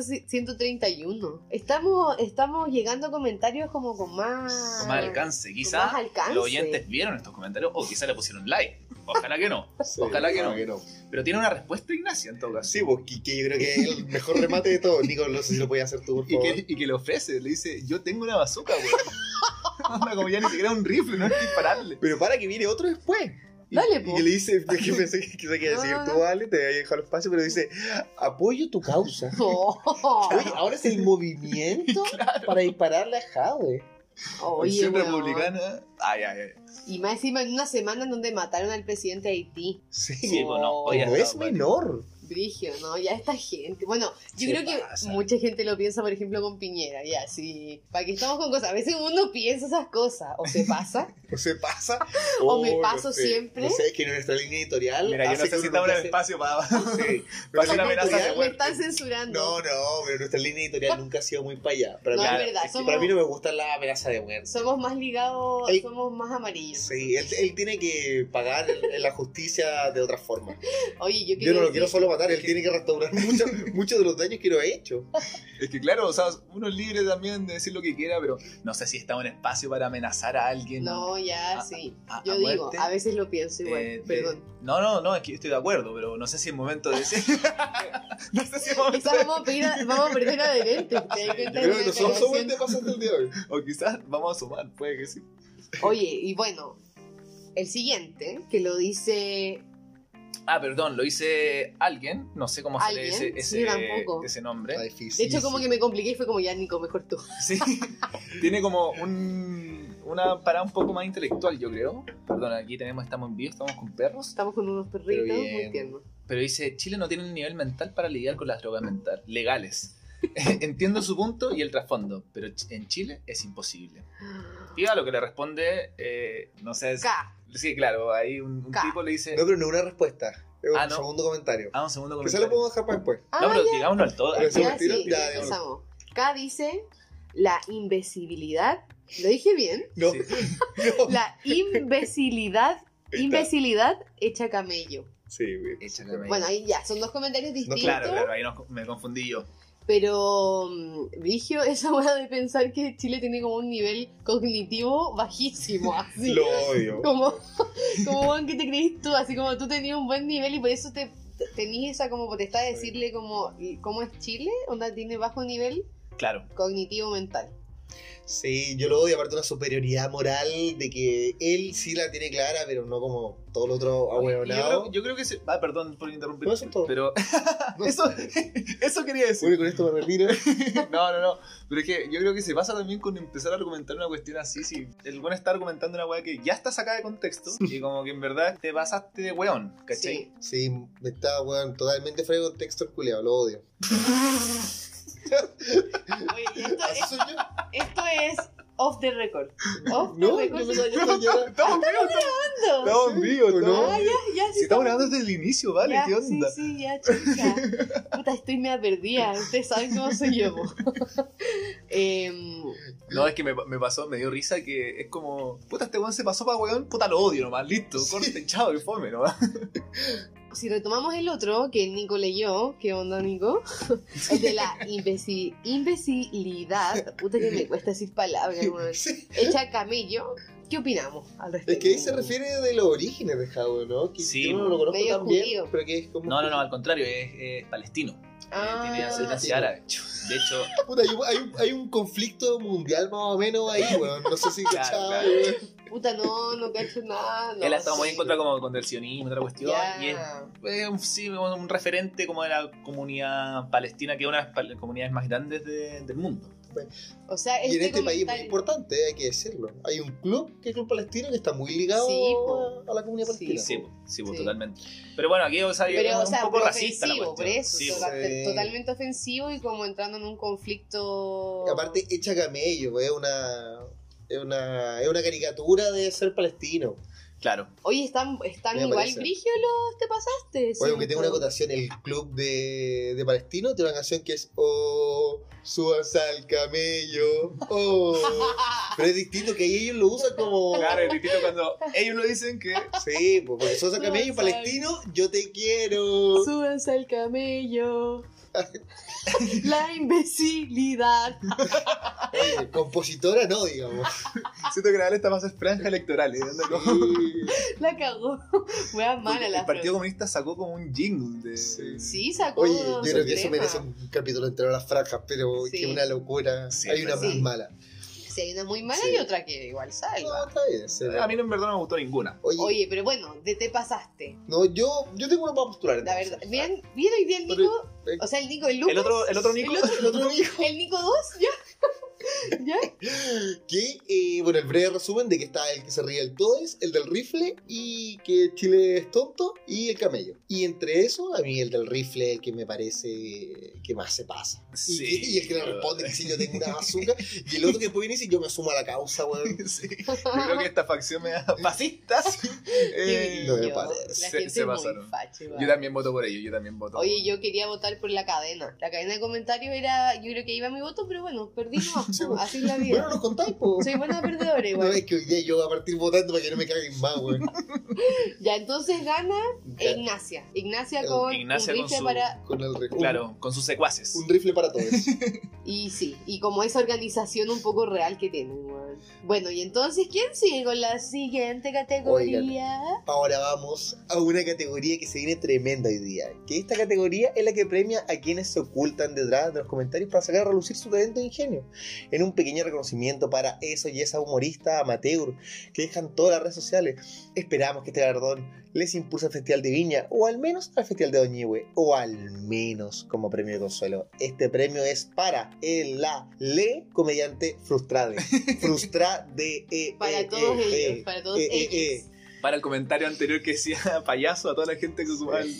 Speaker 1: 131. Estamos, estamos llegando a comentarios como con más...
Speaker 3: Con más alcance. Quizá
Speaker 1: más alcance.
Speaker 3: los oyentes vieron estos comentarios o quizá le pusieron like. Ojalá que no. Ojalá que no. Pero tiene una respuesta Ignacia en todo caso.
Speaker 2: Sí, pues, que, que yo creo que es el mejor remate de todo. Nico, no sé si lo podías hacer tú, por
Speaker 3: Y
Speaker 2: favor.
Speaker 3: que, y que le ofrece, le dice, yo tengo una bazooka, weón. Onda, como ya ni siquiera un rifle, no es dispararle.
Speaker 2: Pero para que viene otro después. Y-
Speaker 1: Dale,
Speaker 2: y
Speaker 1: po.
Speaker 2: que le dice, es que pensé que quizá que
Speaker 1: No,
Speaker 2: decir
Speaker 1: no,
Speaker 2: tú,
Speaker 1: no.
Speaker 2: vale, te había dejado el espacio, pero dice, apoyo tu causa.
Speaker 1: No.
Speaker 2: Oye, ahora es el movimiento para dispararle a Jade.
Speaker 1: Oye,
Speaker 3: Opción
Speaker 1: weón.
Speaker 3: republicana. Ay, ay, ay.
Speaker 1: Y más encima en una semana en donde mataron al presidente de Haití.
Speaker 2: Sí,
Speaker 3: Sí,
Speaker 1: No.
Speaker 3: pues no.
Speaker 2: no,
Speaker 3: oye,
Speaker 2: es
Speaker 3: no, bueno.
Speaker 2: menor.
Speaker 1: Brigio, ¿no? Ya esta gente. Bueno, yo
Speaker 2: Se
Speaker 1: creo que
Speaker 2: pasa.
Speaker 1: mucha gente lo piensa, por ejemplo, con Piñera, ya, sí. ¿Para qué estamos con cosas? A veces uno piensa esas cosas, o se pasa.
Speaker 2: O se pasa. Oh,
Speaker 1: O me
Speaker 2: no
Speaker 1: paso
Speaker 2: sé.
Speaker 1: siempre.
Speaker 2: No sé, es que nuestra línea editorial.
Speaker 3: Mira, yo
Speaker 2: hace
Speaker 3: no sé
Speaker 2: que uno
Speaker 3: si estamos en
Speaker 2: nunca
Speaker 3: el espacio para...
Speaker 2: se- Sí.
Speaker 3: Parece
Speaker 2: Nuestra
Speaker 3: una
Speaker 2: línea
Speaker 3: amenaza de
Speaker 2: editorial-
Speaker 1: me
Speaker 3: muerte.
Speaker 1: están censurando.
Speaker 2: No, no, pero nuestra línea editorial nunca ha sido muy para allá. Para,
Speaker 1: No,
Speaker 2: mí,
Speaker 3: claro,
Speaker 1: es verdad,
Speaker 3: es que
Speaker 1: somos,
Speaker 2: para mí no me gusta la amenaza de muerte.
Speaker 1: somos más ligados,
Speaker 2: Ey.
Speaker 1: somos más amarillos.
Speaker 2: Sí, él, él tiene que pagar en la justicia de otra forma.
Speaker 1: Oye, yo,
Speaker 2: Yo no lo
Speaker 1: decir-
Speaker 2: quiero solo matar, él tiene que restaurar muchos muchos de los daños que lo he hecho.
Speaker 3: Es que claro, o sea, uno es libre también de decir lo que quiera, pero no sé si estamos en espacio para amenazar a alguien.
Speaker 1: No, ya,
Speaker 3: A-
Speaker 1: sí.
Speaker 3: a-
Speaker 1: yo
Speaker 3: a
Speaker 1: digo,
Speaker 3: muerte.
Speaker 1: a veces lo pienso igual,
Speaker 3: Eh, de-
Speaker 1: perdón.
Speaker 3: No, no, no, es que estoy de acuerdo, pero no sé si es momento de decir. no sé si es momento
Speaker 1: Quizás
Speaker 3: de...
Speaker 1: vamos a, pedir a- vamos a perder adherentes. ¿te das
Speaker 2: Yo
Speaker 1: cuenta?
Speaker 2: creo que nosotros somos el
Speaker 1: Relación.
Speaker 2: de pasante el día de hoy.
Speaker 3: O quizás vamos a sumar, puede que sí.
Speaker 1: Oye, y bueno, el siguiente, que lo dice
Speaker 3: Ah, perdón, lo dice alguien, no sé cómo se lee ese,
Speaker 1: ¿Alguien?
Speaker 3: ese,
Speaker 1: Yo tampoco.
Speaker 3: ese nombre.
Speaker 2: Está difícil.
Speaker 1: De hecho, como que me compliqué y fue como ya, Nico, mejor tú.
Speaker 3: Sí, tiene como un, una parada un poco más intelectual, yo creo. Perdón, aquí tenemos, estamos en vivo, estamos con perros.
Speaker 1: Estamos con unos perritos
Speaker 2: Pero bien.
Speaker 1: muy tiernos.
Speaker 3: Pero dice, Chile no tiene el nivel mental para lidiar con las drogas mental, legales. Entiendo su punto y el trasfondo, pero ch- en Chile es imposible. Y a lo que le responde, eh, no sé, es-
Speaker 1: K.
Speaker 3: sí, claro, ahí un, un
Speaker 1: Ca.
Speaker 3: tipo le dice,
Speaker 2: No, pero no una respuesta. Es un
Speaker 3: Ah, no.
Speaker 2: segundo comentario.
Speaker 3: ah, un segundo
Speaker 2: Quizá lo
Speaker 3: comentario.
Speaker 2: podemos dejar para después.
Speaker 1: Ah,
Speaker 3: no, pero digámoslo al todo.
Speaker 2: Pero
Speaker 3: aquí.
Speaker 2: se
Speaker 1: ya, ya
Speaker 2: retiro,
Speaker 1: sí,
Speaker 2: ya,
Speaker 1: ya
Speaker 2: ya.
Speaker 1: empezamos. K dice la imbecilidad. ¿Lo dije bien?
Speaker 2: No,
Speaker 3: Sí.
Speaker 2: no.
Speaker 1: La imbecilidad,
Speaker 2: Ahí
Speaker 1: imbecilidad hecha camello.
Speaker 2: Sí, güey.
Speaker 3: Échale, amigo.
Speaker 1: Bueno, ahí ya, son dos comentarios distintos.
Speaker 3: claro, claro, ahí nos- me confundí yo.
Speaker 1: Pero, mm, Vigio, esa hora de pensar que Chile tiene como un nivel cognitivo bajísimo. Así.
Speaker 2: Lo odio.
Speaker 1: como, como weón, ¿qué te crees tú? Así como tú tenías un buen nivel y por eso te te- tenías esa como potestad de decirle como cómo es Chile, onda tiene bajo nivel
Speaker 3: Claro,
Speaker 1: cognitivo mental.
Speaker 2: Sí, yo lo odio, aparte una superioridad moral de que él sí la tiene clara, pero no como todo el otro
Speaker 3: Y Yo creo,
Speaker 2: ahueonado.
Speaker 3: yo creo que se... Ah, perdón por
Speaker 2: Ah,
Speaker 3: interrumpir.
Speaker 2: No, eso es todo.
Speaker 3: Pero eso, eso quería decir.
Speaker 2: Bueno, con esto me retiro.
Speaker 3: No, no, no. Pero es que yo creo que se pasa también con empezar a argumentar una cuestión así. Si el buen está argumentando una weá que ya está sacada de contexto y como que en verdad te pasaste de weón, ¿cachai?
Speaker 1: Sí.
Speaker 2: Sí, me está, weón, totalmente fuera de contexto el culiao, lo odio.
Speaker 1: Ah, Oye, y esto,
Speaker 2: ¿Así
Speaker 1: es,
Speaker 2: soy yo?
Speaker 1: esto es off the record. Off the
Speaker 2: No, yo
Speaker 1: record.
Speaker 2: pensaba que esto ya era-
Speaker 1: grabando?
Speaker 2: Estamos en vivo,
Speaker 3: Ah, ¿O no?
Speaker 1: Ah, ya, ya, sí.
Speaker 3: Si estamos grabando desde el inicio, ¿vale?
Speaker 1: Ya,
Speaker 3: ¿Qué onda?
Speaker 1: Sí, sí, ya, chica. Puta, estoy media perdida. Ustedes saben cómo soy yo. Em,
Speaker 3: No, es que me, me pasó, me dio risa que es como, puta, este weón se pasó para weón, puta, lo odio nomás, listo,
Speaker 2: Sí.
Speaker 3: corten, chao, que fome nomás.
Speaker 1: si retomamos el otro que Nico leyó, ¿qué onda, Nico? El de la imbeci- imbecilidad. Puta, que me cuesta decir palabras, weón.
Speaker 2: Sí.
Speaker 1: Hecha camello. ¿Qué opinamos al respecto?
Speaker 2: Es que ahí se refiere de los orígenes de Jadwe, ¿no? Que
Speaker 3: Sí,
Speaker 2: yo no lo conozco
Speaker 1: medio
Speaker 2: tan bien,
Speaker 1: judío.
Speaker 2: pero que es como...
Speaker 3: No, no, no, al contrario, es, es palestino. Eh,
Speaker 1: Ah.
Speaker 3: tiene ascendencia árabe. De hecho,
Speaker 2: Puta, hay, un- hay un- hay un conflicto mundial más o menos ahí, weón. No sé si
Speaker 3: Claro,
Speaker 2: cachaba,
Speaker 3: claro.
Speaker 2: weón.
Speaker 1: Puta, no, no cacho nada. No,
Speaker 3: él ha estado muy
Speaker 1: sí.
Speaker 3: en contra como, con el sionismo y otra cuestión.
Speaker 1: Ya.
Speaker 3: Y es eh, un- sí, un un referente como de la comunidad palestina, que es una de las pal- comunidades más grandes de- del mundo.
Speaker 1: O sea,
Speaker 2: Y en este país es muy
Speaker 1: comentario-
Speaker 2: importante, hay que decirlo. Hay un club, que es el Club Palestino, que está muy ligado
Speaker 1: Sí, po.
Speaker 2: a la comunidad
Speaker 1: Sí,
Speaker 2: palestina.
Speaker 3: Sí, po, sí, po,
Speaker 1: Sí.
Speaker 3: totalmente. Pero bueno, aquí o sea,
Speaker 1: Pero,
Speaker 3: es
Speaker 1: o sea,
Speaker 3: un poco
Speaker 1: pero
Speaker 3: racista la
Speaker 1: ofensivo,
Speaker 3: cuestión.
Speaker 1: por eso.
Speaker 3: Sí,
Speaker 1: o
Speaker 3: po.
Speaker 1: sea,
Speaker 2: sí.
Speaker 1: Totalmente ofensivo y como entrando en un conflicto.
Speaker 2: Y aparte, echa camello, es una, es una, es una caricatura de ser palestino.
Speaker 3: claro.
Speaker 1: Oye, están, están
Speaker 2: Me
Speaker 1: igual
Speaker 2: parece.
Speaker 1: brigio los te pasaste.
Speaker 2: Oye,
Speaker 1: sí,
Speaker 2: aunque tengo una
Speaker 1: pero-
Speaker 2: acotación, el club de, de palestino tiene una canción que es Oh, subas al camello, oh. Pero es distinto que ahí ellos lo usan como...
Speaker 3: Claro, es distinto cuando ellos lo dicen que
Speaker 2: Sí, pues, porque subas al camello
Speaker 1: Subas al-
Speaker 2: palestino, yo te quiero.
Speaker 1: Súbanse al camello. la imbecilidad.
Speaker 2: Oye, Eh, compositora no, digamos.
Speaker 3: siento que la verdad está más en franja electoral. ¿eh? Anda como-
Speaker 1: La cagó. Wea mala la
Speaker 3: el Partido
Speaker 1: frase.
Speaker 3: Comunista sacó como un jingle de...
Speaker 2: Sí.
Speaker 1: Sí, Oh, sacó.
Speaker 2: Oye, yo creo que eso
Speaker 1: tema.
Speaker 2: merece un capítulo entero a las franjas, pero
Speaker 1: Sí.
Speaker 2: que una locura.
Speaker 3: Sí,
Speaker 2: Hay una
Speaker 1: sí.
Speaker 2: muy mala.
Speaker 1: Sí, hay una muy mala
Speaker 2: Sí.
Speaker 1: y otra que igual
Speaker 2: No,
Speaker 1: salva.
Speaker 2: está bien. se
Speaker 3: A
Speaker 2: la-
Speaker 3: mí no, en verdad no me gustó ninguna.
Speaker 2: Oye,
Speaker 1: Oye, pero bueno, de te pasaste.
Speaker 2: no, yo, yo tengo uno para postular.
Speaker 1: La
Speaker 2: entonces.
Speaker 1: verdad. Bien, bien hoy día el Nico.
Speaker 2: Pero- eh,
Speaker 1: O sea, el Nico, el Lucas.
Speaker 3: El otro, el otro Nico...
Speaker 1: El otro,
Speaker 2: El otro día
Speaker 1: el Nico 2, ya. ya.
Speaker 2: que, eh, bueno, el breve resumen de que está el que se ríe el Todes, el del rifle y que Chile es tonto y el camello. Y entre eso, a mí el del rifle es el que me parece que más se pasa. Y-
Speaker 3: Sí.
Speaker 2: Y, el que le responde que si yo tengo una bazooka y el otro que después viene y dice yo me sumo a la causa, weón.
Speaker 3: Sí. Yo creo que esta facción me da fascistas. Eh,
Speaker 1: Qué
Speaker 2: no me
Speaker 1: brillo.
Speaker 2: parece.
Speaker 1: La
Speaker 3: Se-
Speaker 1: gente
Speaker 3: se
Speaker 1: es muy
Speaker 3: pasaron.
Speaker 1: fache, va.
Speaker 3: yo también voto por ellos, yo también voto.
Speaker 1: Oye, yo quería votar por la cadena. La cadena de comentarios era, yo creo que iba mi voto, pero bueno, perdí nomás,
Speaker 2: Sí,
Speaker 1: po, así es la
Speaker 2: Bueno,
Speaker 1: vida.
Speaker 2: nos contáis, po.
Speaker 1: Soy buena perdedora
Speaker 2: No
Speaker 1: igual.
Speaker 2: es que hoy día yo voy a partir votando para que no me caguen más, weón.
Speaker 1: Ya, entonces gana
Speaker 2: Ya,
Speaker 1: Ignacia. Ignacia
Speaker 2: El-
Speaker 1: con
Speaker 3: Ignacia
Speaker 1: un
Speaker 3: con
Speaker 1: rifle
Speaker 3: su-
Speaker 1: para...
Speaker 2: Con el rifle.
Speaker 3: Claro, con sus secuaces.
Speaker 2: Un rifle para todos.
Speaker 1: Y sí, y como esa organización un poco real que tienen, weón. Bueno, y entonces, ¿quién sigue con la siguiente categoría?
Speaker 2: Ahora vamos a una categoría que se viene tremenda hoy día. Que esta categoría es la que premia a quienes se ocultan detrás de los comentarios para sacar a relucir su talento e ingenio. En un pequeño reconocimiento para eso y esa humorista amateur que dejan todas las redes sociales. Esperamos que este galardón les impulse al Festival de Viña o al menos al Festival de Doñihue o al menos como premio de consuelo. Este premio es para el la le comediante frustrade. Frustrade. eh,
Speaker 1: Para
Speaker 2: eh,
Speaker 1: todos
Speaker 2: eh,
Speaker 1: ellos,
Speaker 2: eh.
Speaker 1: para todos
Speaker 2: eh, eh,
Speaker 1: ellos.
Speaker 3: Para el comentario anterior que decía payaso a toda la gente que usaba el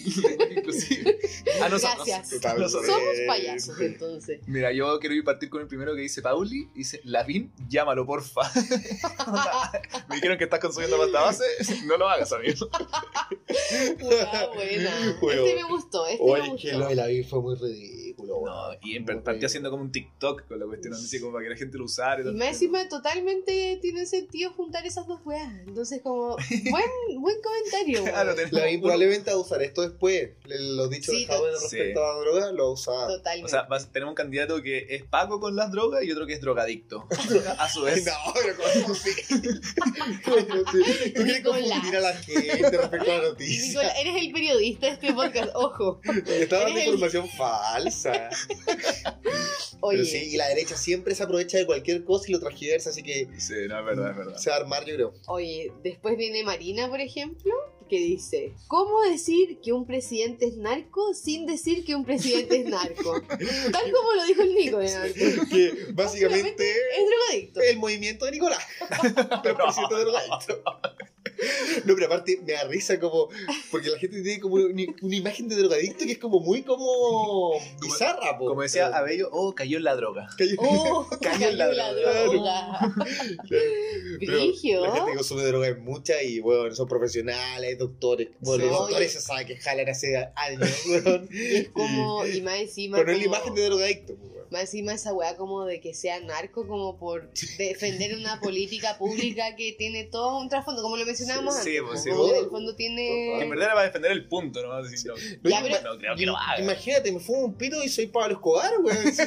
Speaker 3: inclusive.
Speaker 2: Ah,
Speaker 3: Ah, A nosotros.
Speaker 1: Gracias.
Speaker 3: A nosotros.
Speaker 1: Somos
Speaker 2: Eh.
Speaker 1: payasos, entonces.
Speaker 3: Mira, yo quiero ir partir con el primero que dice Pauli. Dice, Lavín, llámalo, porfa. Me dijeron que estás consumiendo pasta base. No lo hagas, amigo.
Speaker 1: Puta, buena.
Speaker 2: Bueno.
Speaker 1: Ah, Este me gustó, este me
Speaker 2: Oye, es que
Speaker 1: gustó.
Speaker 2: lo de la vi fue muy ridículo.
Speaker 3: No,
Speaker 2: weón.
Speaker 3: y en-
Speaker 2: Muy
Speaker 3: partió
Speaker 2: ridículo.
Speaker 3: haciendo como un TikTok con la cuestión, así como para que la gente lo usara. y
Speaker 1: Y
Speaker 3: todo.
Speaker 1: más encima totalmente tiene sentido juntar esas dos weas. Entonces como, buen, buen comentario. weón.
Speaker 3: Claro, tenemos
Speaker 2: La vi
Speaker 3: un-
Speaker 2: probablemente va a usar esto después. Le- Los dichos
Speaker 1: Sí,
Speaker 2: de Javier
Speaker 3: to-
Speaker 2: respecto a la droga lo va a usar.
Speaker 1: Totalmente.
Speaker 3: O sea, vas- tenemos un candidato que es Paco con las drogas y otro que es drogadicto. A su vez.
Speaker 2: No, pero con sí. Bueno, sí. Tú quieres
Speaker 1: Nicolás.
Speaker 2: confundir a la gente respecto a la
Speaker 1: Nicola,
Speaker 2: noticia.
Speaker 1: eres el periodista de este podcast, ojo.
Speaker 2: Estaba dando
Speaker 1: Eres el-
Speaker 2: información falsa.
Speaker 1: Oye,
Speaker 2: Pero sí, y la derecha siempre se aprovecha de cualquier cosa y lo transgiversa, así que
Speaker 3: Sí, no, es verdad, es verdad.
Speaker 2: se va a armar, yo creo.
Speaker 1: oye, después viene Marina, por ejemplo, que dice, ¿cómo decir que un presidente es narco sin decir que un presidente es narco? Tal como lo dijo el Nico, de narco.
Speaker 2: Que básicamente
Speaker 1: Es drogadicto.
Speaker 2: el movimiento de Nicolás. Pero por cierto, drogadicto. No, pero aparte me da risa como. Porque la gente tiene como una, una imagen de drogadicto que es como muy como. bizarra, po.
Speaker 3: Como decía Abello, oh, cayó en la droga.
Speaker 2: Cayó-
Speaker 1: Oh,
Speaker 3: Cayó
Speaker 1: cayó
Speaker 3: en la
Speaker 1: la droga.
Speaker 2: Pero
Speaker 1: Brigio.
Speaker 2: La gente que consume droga es mucha y, bueno, son profesionales, doctores. Bueno,
Speaker 3: Sí.
Speaker 2: los doctores se sabe que jalan hace años, weón.
Speaker 1: Es como, y más encima.
Speaker 2: Pero no es la
Speaker 1: como-
Speaker 2: imagen de drogadicto, weón.
Speaker 1: Más encima esa weá como de que sea narco, como por defender una política pública que tiene todo un trasfondo, como lo mencionábamos
Speaker 3: Sí,
Speaker 1: antes.
Speaker 3: sí, pues,
Speaker 2: sí,
Speaker 1: como
Speaker 2: vos-
Speaker 1: en el fondo
Speaker 3: Que en
Speaker 1: tiene...
Speaker 3: verdad era para defender el punto, no vas a decir, no,
Speaker 1: Ya,
Speaker 3: no,
Speaker 1: pero-
Speaker 3: no creo que lo haga.
Speaker 2: Imagínate, me fumo un pito y soy Pablo Escobar, weón. Sí.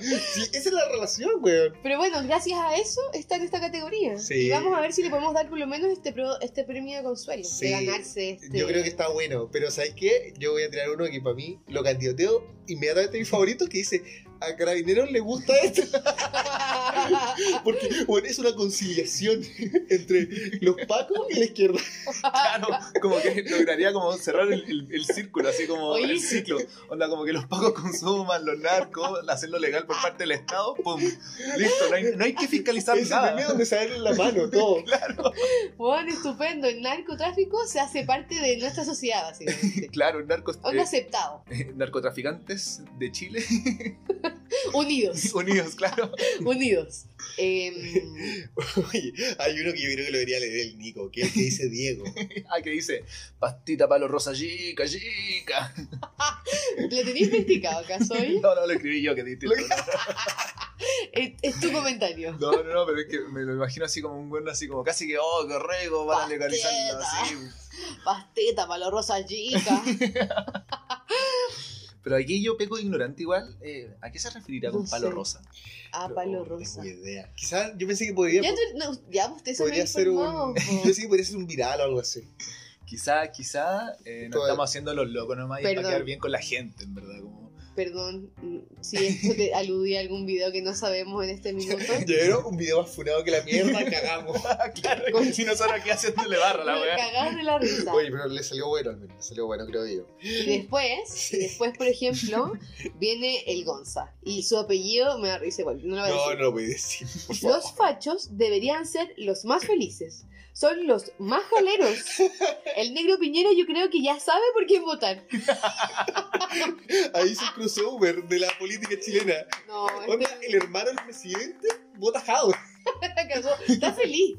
Speaker 2: Sí, esa es la relación, weón.
Speaker 1: Pero bueno, gracias a eso está en esta categoría.
Speaker 2: Sí.
Speaker 1: Y vamos a ver si le podemos dar por lo menos este, pro- este premio de consuelo,
Speaker 2: Sí.
Speaker 1: de ganarse este...
Speaker 2: Yo creo que está bueno, pero ¿sabes qué? Yo voy a tirar uno que para mí lo candidateo inmediatamente a mi favorito que dice, a Carabineros le gusta esto, porque bueno, es una conciliación entre los pacos y la izquierda.
Speaker 3: Claro, como que lograría como cerrar el, el- el círculo, así como
Speaker 1: Oye.
Speaker 3: el ciclo. Onda, como que los pagos consuman, los narcos, hacerlo legal por parte del Estado, pum. Listo, no hay, no hay que fiscalizar
Speaker 2: Es el meme
Speaker 3: nada.
Speaker 2: donde se dan la mano, todo.
Speaker 1: Bueno, estupendo, el narcotráfico se hace parte de nuestra sociedad, básicamente.
Speaker 3: Claro, narcos,
Speaker 1: Onda aceptado,
Speaker 3: eh, narcotraficantes de Chile
Speaker 1: unidos,
Speaker 3: unidos, claro.
Speaker 1: unidos. Em,
Speaker 2: Oye, hay uno que yo creo que lo debería leer el Nico, que es el que dice Diego.
Speaker 3: Ah, que dice, pastita palo rosa chica, chica.
Speaker 1: ¿Le tenéis masticado acaso hoy?
Speaker 3: No, no, lo escribí yo, que distinto.
Speaker 1: Es, es tu comentario.
Speaker 3: No, no, no, pero es que me lo imagino así como un buen, así como casi que, oh, qué rego, van a legalizarlo, así.
Speaker 1: Pasteta para los rosas chicas.
Speaker 3: Pero aquí yo peco ignorante igual. eh, ¿A qué se referirá con
Speaker 1: No
Speaker 3: palo
Speaker 1: sé.
Speaker 3: rosa?
Speaker 1: Ah,
Speaker 2: Pero
Speaker 1: palo
Speaker 2: no
Speaker 1: rosa.
Speaker 2: tengo idea. Quizás yo pensé que podría,
Speaker 1: Ya, tú, no, ya usted se me
Speaker 2: podría ser
Speaker 1: informó.
Speaker 2: un. Yo pensé que podría ser un viral o algo así.
Speaker 3: Quizá, quizá eh, nos
Speaker 2: Todo-
Speaker 3: estamos haciendo los locos nomás y es para
Speaker 1: Perdón.
Speaker 3: quedar bien con la gente, en verdad. Como...
Speaker 1: Perdón mm, si esto te aludí a algún video que no sabemos en este minuto.
Speaker 2: Llegaron un video más funado que la mierda, cagamos.
Speaker 3: claro, si nosotros aquí haciéndole barra la
Speaker 1: Me
Speaker 3: weá.
Speaker 1: cagaron de la risa.
Speaker 2: Oye, pero le salió bueno al menos, le salió bueno, creo yo.
Speaker 1: Y después, y después, por ejemplo, viene el Gonza. Y su apellido me da risa igual. No lo voy a
Speaker 2: No,
Speaker 1: decir.
Speaker 2: no lo voy a decir, por favor.
Speaker 1: Los fachos deberían ser los más felices. Son los más jaleros. El negro Piñera yo creo que ya sabe por quién votar.
Speaker 2: Ahí se cruzó Uber de la política chilena.
Speaker 1: No,
Speaker 2: Onda,
Speaker 1: este-
Speaker 2: el hermano del presidente vota Jado.
Speaker 1: la cagó. Está feliz.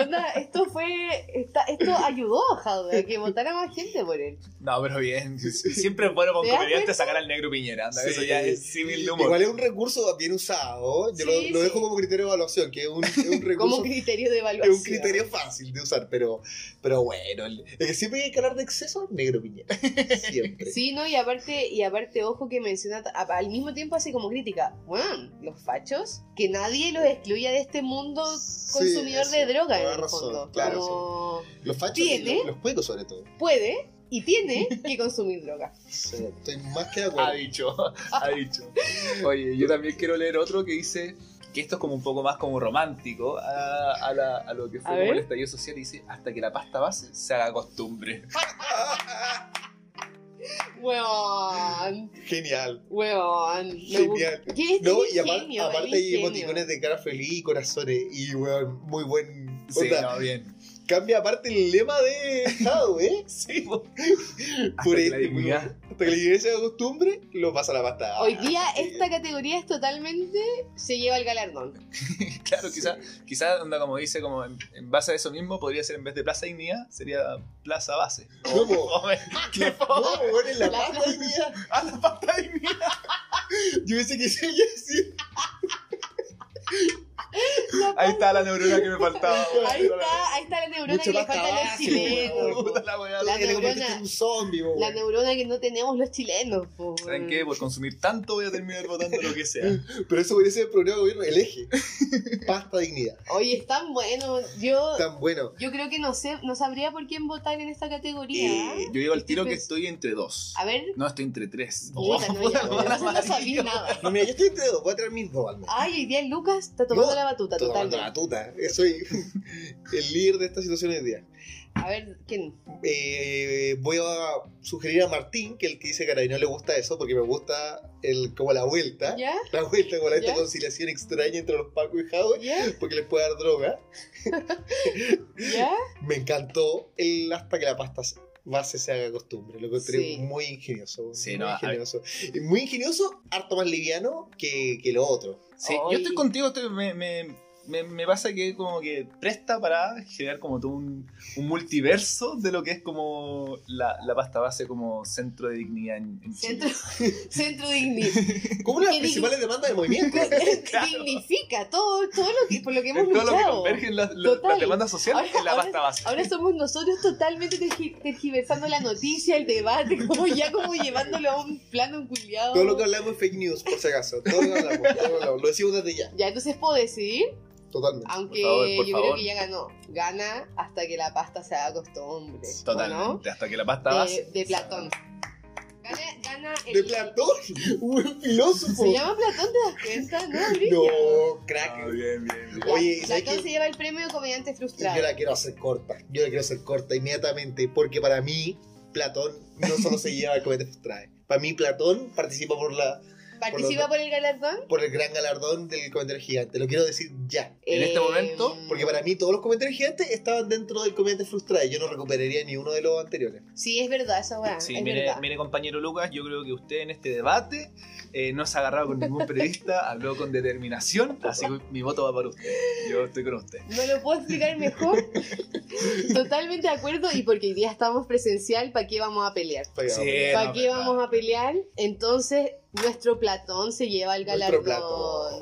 Speaker 1: Onda, esto fue. está- esto ayudó a Jadwe a que votara más gente por él.
Speaker 3: No, pero bien. si- Siempre es bueno con
Speaker 1: ¿Te das
Speaker 3: comediante sacar al negro Piñera. anda,
Speaker 2: Sí.
Speaker 3: Eso ya es civil de humor.
Speaker 2: Igual es un recurso bien usado. Yo lo-
Speaker 1: Sí,
Speaker 2: lo,
Speaker 1: sí.
Speaker 2: dejo como criterio de evaluación, que es un, es un
Speaker 1: Como
Speaker 2: recurso.
Speaker 1: criterio de
Speaker 2: Es
Speaker 1: evaluación.
Speaker 2: un criterio fácil de usar, pero, pero bueno, el- es que siempre hay que hablar de exceso, negro piñera. Siempre.
Speaker 1: Sí, no, y aparte, y aparte, ojo que menciona a- al mismo tiempo así como crítica. Bueno, los fachos, que nadie los excluya de este mundo consumidor
Speaker 2: Sí,
Speaker 1: de
Speaker 2: eso,
Speaker 1: droga en
Speaker 2: toda
Speaker 1: el
Speaker 2: razón,
Speaker 1: fondo.
Speaker 2: claro,
Speaker 1: Como ¿eh?
Speaker 2: Los fachos,
Speaker 1: Tiene-
Speaker 2: y los, los cuecos sobre todo.
Speaker 1: puede y tiene que consumir droga.
Speaker 2: Sí, Estoy más que de
Speaker 3: Ha
Speaker 2: acuerdo.
Speaker 3: dicho, ha dicho. Oye, yo también quiero leer otro que dice que esto es como un poco más como romántico a, a la- a lo que fue
Speaker 1: A
Speaker 3: como
Speaker 1: ver.
Speaker 3: el estallido social. y Dice, hasta que la pasta base se haga costumbre.
Speaker 1: Weón,
Speaker 2: Genial.
Speaker 1: weón. me
Speaker 2: Genial.
Speaker 1: gusta. ¿Qué es
Speaker 2: No,
Speaker 1: el
Speaker 2: y apar-
Speaker 1: ingenio, el
Speaker 2: aparte hay
Speaker 1: ingenio.
Speaker 2: emoticones de cara feliz y corazones. Y, weón, muy buen.
Speaker 3: Sí,
Speaker 2: onda,
Speaker 3: no, bien.
Speaker 2: Cambia aparte el lema de Estado, ¿eh?
Speaker 3: Sí, po. Hasta
Speaker 2: Por
Speaker 3: que
Speaker 2: este,
Speaker 3: la dignidad.
Speaker 2: Hasta que la iglesia de costumbre lo pasa a la pasta. Ah, eh,
Speaker 1: Hoy día esta categoría es totalmente se lleva el galardón.
Speaker 3: Claro, quizás, quizá, onda, como dice, como en, en base a eso mismo, podría ser en vez de Plaza Dignidad, sería Plaza Base.
Speaker 2: No, po.
Speaker 3: Fome. ¡Qué
Speaker 2: No,
Speaker 3: fome!
Speaker 2: weón, en la,
Speaker 1: La
Speaker 2: pasta
Speaker 1: pla-
Speaker 2: hoy día.
Speaker 3: ¡A la pasta Dignidad!
Speaker 2: Yo pensé que se iba a decir.
Speaker 3: Ahí está la neurona que me faltaba.
Speaker 1: Ahí está, ahí está la neurona
Speaker 2: Mucha
Speaker 1: que le
Speaker 2: pasta
Speaker 1: falta a los
Speaker 2: base,
Speaker 1: chilenos.
Speaker 2: weón.
Speaker 1: po.
Speaker 3: Puta la weá.
Speaker 1: La
Speaker 2: que le
Speaker 1: neurona.
Speaker 2: convertiste en un zombie, weón.
Speaker 1: La neurona que no tenemos los chilenos. po.
Speaker 3: ¿Saben qué? Por consumir tanto voy a terminar votando lo que sea.
Speaker 2: Pero eso podría ser el programa de gobierno, el eje. Pasta dignidad.
Speaker 1: Oye, es tan bueno. Yo,
Speaker 2: Tan bueno.
Speaker 1: yo creo que no sé, no sabría por quién votar en esta categoría.
Speaker 3: Eh, yo digo al
Speaker 1: Estoy
Speaker 3: tiro que
Speaker 1: pens-
Speaker 3: estoy entre dos.
Speaker 1: Pues, A ver,
Speaker 3: No, estoy entre tres. Oh,
Speaker 1: puta, no,
Speaker 3: puta,
Speaker 1: ya,
Speaker 3: la
Speaker 2: no,
Speaker 3: mala
Speaker 1: entonces no sabía
Speaker 3: madre.
Speaker 1: nada.
Speaker 2: No, mira, yo estoy entre dos. Voy a traer mis dos al menos.
Speaker 1: Ay, hoy día el Lucas está tomando
Speaker 2: No,
Speaker 1: la batuta
Speaker 2: Estoy tomando la
Speaker 1: Ah, totalmente.
Speaker 2: tuta. Eh, Soy el líder de esta situación hoy día.
Speaker 1: A ver, ¿quién?
Speaker 2: Eh, voy a sugerir a Martín, que el que dice que no le gusta eso, porque me gusta el, como la vuelta.
Speaker 1: ¿Ya?
Speaker 2: La vuelta como la, esta
Speaker 1: ¿Ya?
Speaker 2: conciliación extraña entre los Paco y Jadwe,
Speaker 1: ¿Ya?
Speaker 2: porque les puede dar droga.
Speaker 1: ¿Ya?
Speaker 2: Me encantó el hasta que la pasta se- base se haga costumbre. Lo encontré
Speaker 1: Sí.
Speaker 2: muy ingenioso.
Speaker 3: Sí,
Speaker 2: muy
Speaker 3: no, a-
Speaker 2: ingenioso. Y Muy ingenioso, harto más liviano que, que lo otro.
Speaker 3: Sí,
Speaker 1: Ay.
Speaker 3: yo estoy contigo, estoy- me, me- me, me pasa que como que presta para generar como todo un, un multiverso de lo que es como la, la pasta base como centro de dignidad en, en Chile.
Speaker 1: Centro, centro digni-
Speaker 2: Como una de las
Speaker 1: Y
Speaker 2: principales demandas del movimiento.
Speaker 3: Claro.
Speaker 1: dignifica todo, todo lo que, por lo que hemos
Speaker 3: Es todo lo que
Speaker 1: luchado.
Speaker 3: convergen las, las-
Speaker 1: Total.
Speaker 3: las demandas sociales
Speaker 1: Ahora-
Speaker 3: en la pasta base.
Speaker 1: Ahora somos nosotros totalmente tergi- tergiversando la noticia, el debate, como ya como llevándolo a un plano culiado.
Speaker 2: Todo lo que hablamos es fake news, por si acaso. Todo lo que hablamos, todo lo, que hablamos. Lo decimos desde ya,
Speaker 1: Ya, entonces puedo decidir,
Speaker 2: totalmente.
Speaker 1: aunque
Speaker 3: Por favor, por
Speaker 1: yo
Speaker 3: favor.
Speaker 1: creo que ya ganó. Gana hasta que la pasta se haga costumbre. ¿o
Speaker 3: Totalmente,
Speaker 1: no?
Speaker 3: hasta que la pasta base...
Speaker 1: De, de Platón. Gana, gana el...
Speaker 2: De Platón, un filósofo.
Speaker 1: Se llama Platón, ¿te das cuenta? No, Brillo.
Speaker 2: No,
Speaker 3: Ah,
Speaker 2: crack.
Speaker 3: bien, bien, bien.
Speaker 1: Ya,
Speaker 2: Oye, ¿sabes
Speaker 1: Platón
Speaker 2: qué?
Speaker 1: se lleva el premio de comediante frustrado.
Speaker 2: Yo la quiero hacer corta. Yo la quiero hacer corta inmediatamente. Porque para mí, Platón no solo se lleva el comete trae. Para mí, Platón participa por, la,
Speaker 1: ¿Participa por el galardón?
Speaker 2: por el gran galardón del comentario gigante. Lo quiero decir ya.
Speaker 3: En este
Speaker 1: Eh,
Speaker 3: momento,
Speaker 2: Porque para mí todos los comentarios gigantes estaban dentro del comediante frustrado. Yo no recuperaría ni uno de los anteriores.
Speaker 1: Sí, es verdad esa weá.
Speaker 3: Sí,
Speaker 1: es
Speaker 3: mire,
Speaker 1: verdad.
Speaker 3: mire, compañero Lucas, yo creo que usted en este debate eh, no se ha agarrado con ningún periodista, habló con determinación, así que mi voto va para usted. Yo estoy con usted.
Speaker 1: No lo puedo explicar mejor. Totalmente de acuerdo. Y porque hoy día estamos presencial, ¿para qué vamos a pelear?
Speaker 2: Pero,
Speaker 1: ¿Para qué vamos a pelear? Entonces, nuestro Platón se lleva el
Speaker 2: Nuestro
Speaker 1: galardón.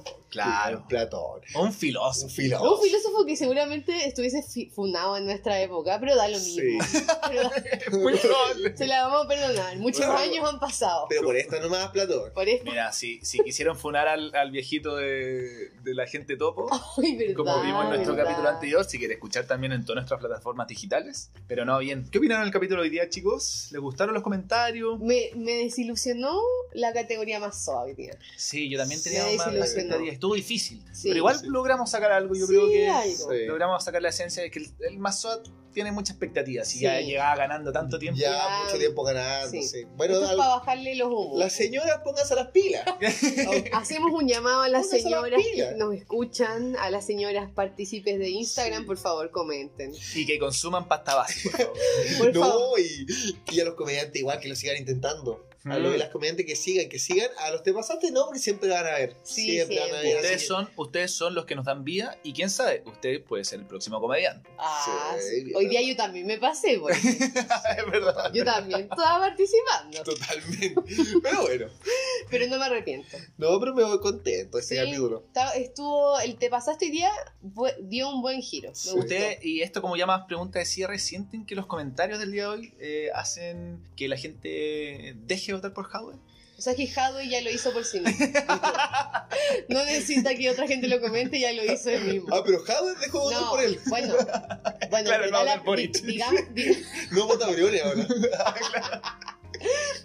Speaker 2: Platón.
Speaker 3: Claro,
Speaker 2: Platón.
Speaker 3: un
Speaker 2: Un
Speaker 3: filósofo.
Speaker 2: filósofo.
Speaker 1: Un filósofo que seguramente estuviese fi- funado en nuestra época, pero da lo mismo.
Speaker 2: Sí.
Speaker 1: Pero
Speaker 3: Muy probable.
Speaker 1: se la vamos a perdonar. Muchos
Speaker 2: Bueno.
Speaker 1: años han pasado.
Speaker 2: Pero por esta nomás, Platón.
Speaker 1: Por esto,
Speaker 3: Mira, si, si quisieron funar al, al viejito de, de la gente topo,
Speaker 1: ay, verdad.
Speaker 3: como vimos en nuestro
Speaker 1: verdad.
Speaker 3: capítulo anterior, si quiere escuchar también en todas nuestras plataformas digitales. Pero no, bien. ¿Qué opinaron del capítulo de hoy día, chicos? ¿Les gustaron los comentarios?
Speaker 1: Me, me desilusionó la categoría más suave, tío.
Speaker 3: Sí, yo también tenía
Speaker 1: Sí,
Speaker 3: más
Speaker 1: sí, lo
Speaker 3: expectativas.
Speaker 1: sé.
Speaker 3: Estuvo difícil.
Speaker 1: Sí.
Speaker 3: pero igual
Speaker 2: Sí.
Speaker 3: logramos sacar algo. Yo
Speaker 1: Sí,
Speaker 3: creo que
Speaker 1: algo.
Speaker 2: Sí.
Speaker 3: logramos sacar la esencia de que el, el Mazoa tiene mucha expectativa. Si ya
Speaker 1: Sí.
Speaker 3: llegaba ganando tanto tiempo.
Speaker 2: Ya
Speaker 1: Ya.
Speaker 2: mucho tiempo ganando.
Speaker 1: Sí.
Speaker 2: sí. Bueno,
Speaker 1: Esto es
Speaker 2: al-
Speaker 1: para bajarle los humos.
Speaker 2: las señoras pónganse las pilas.
Speaker 1: Hacemos un llamado a las
Speaker 2: Pónganse las
Speaker 1: señoras
Speaker 2: pilas.
Speaker 1: que nos escuchan, a las señoras partícipes de Instagram,
Speaker 2: Sí.
Speaker 1: por favor comenten.
Speaker 3: Y que consuman pasta base, por favor.
Speaker 1: Por favor.
Speaker 2: No, y, y a los comediantes igual que lo sigan intentando. A
Speaker 1: Mm.
Speaker 2: los de las comediantes que sigan, que sigan. A los te pasaste, no, porque siempre van a ver.
Speaker 1: Sí,
Speaker 2: siempre van a ver.
Speaker 1: siempre.
Speaker 3: ustedes, son, ustedes son los que nos dan vida. Y quién sabe, usted puede ser el próximo comediante.
Speaker 1: Ah,
Speaker 2: Sí,
Speaker 1: sí. Hoy día yo también me pasé, porque
Speaker 3: es verdad.
Speaker 1: yo también estaba participando,
Speaker 2: Totalmente. Pero bueno.
Speaker 1: pero no me arrepiento.
Speaker 2: No, pero me voy contento este
Speaker 1: Sí.
Speaker 2: capítulo.
Speaker 1: Estaba- Estuvo, el te pasaste hoy día bu- dio un buen giro. Me
Speaker 2: Sí.
Speaker 1: gustó.
Speaker 3: Usted, y esto como ya más pregunta de cierre, ¿sienten que los comentarios del día de hoy eh, hacen que la gente deje de votar por Howard?
Speaker 1: O sea que Hadwe ya lo hizo por sí mismo. no necesita que otra gente lo comente, ya lo hizo él mismo.
Speaker 2: Ah, pero Javier dejó votar
Speaker 1: No,
Speaker 2: por él.
Speaker 1: bueno, bueno,
Speaker 3: Claro,
Speaker 1: en
Speaker 3: no,
Speaker 1: verdad la-
Speaker 3: del Boric.
Speaker 1: di- digamos, di-
Speaker 2: No vota Briones ahora.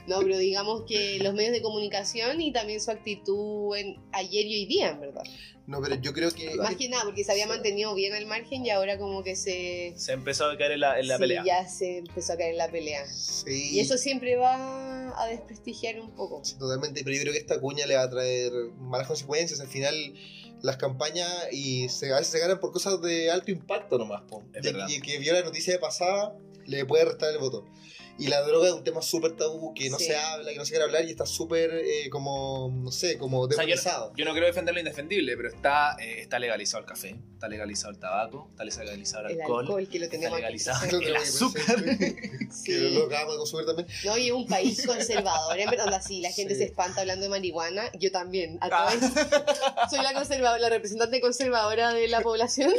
Speaker 1: No, pero digamos que los medios de comunicación y también su actitud en ayer y hoy día, en verdad.
Speaker 2: No, pero yo creo que.
Speaker 1: Más que nada, porque se había
Speaker 2: Sí.
Speaker 1: mantenido bien al margen y ahora como que se...
Speaker 3: Se empezó a caer en la, en la
Speaker 1: sí,
Speaker 3: pelea.
Speaker 1: ya se empezó a caer en la pelea.
Speaker 2: Sí.
Speaker 1: Y eso siempre va a desprestigiar un poco.
Speaker 2: Sí, Totalmente, pero yo creo que esta cuña le va a traer malas consecuencias. Al final, las campañas y se, a veces se ganan por cosas de alto impacto nomás. po.
Speaker 3: Es
Speaker 2: De-
Speaker 3: verdad.
Speaker 2: y el que vio la noticia de pasada le puede restar el voto. Y la droga es un tema súper tabú que no
Speaker 1: Sí.
Speaker 2: se habla, que no se quiere hablar y está súper, eh, como, no sé, como
Speaker 3: sea, yo-
Speaker 2: demonizado.
Speaker 3: Yo no quiero defender lo indefendible, pero está, eh, está legalizado el café, está legalizado el tabaco, está legalizado el
Speaker 1: El
Speaker 3: alcohol,
Speaker 1: alcohol que lo
Speaker 3: está
Speaker 1: tenemos aquí
Speaker 3: legalizado
Speaker 1: presente.
Speaker 2: Claro, tengo
Speaker 3: el
Speaker 2: que
Speaker 3: azúcar.
Speaker 2: pensar Que
Speaker 1: Sí.
Speaker 2: lo acabamos de consumir también.
Speaker 1: No, y es un país conservador, en verdad, onda, sí, la gente
Speaker 2: Sí.
Speaker 1: se espanta hablando de marihuana, yo también, a
Speaker 3: Ah.
Speaker 1: través- soy la conservadora, la representante conservadora de la población,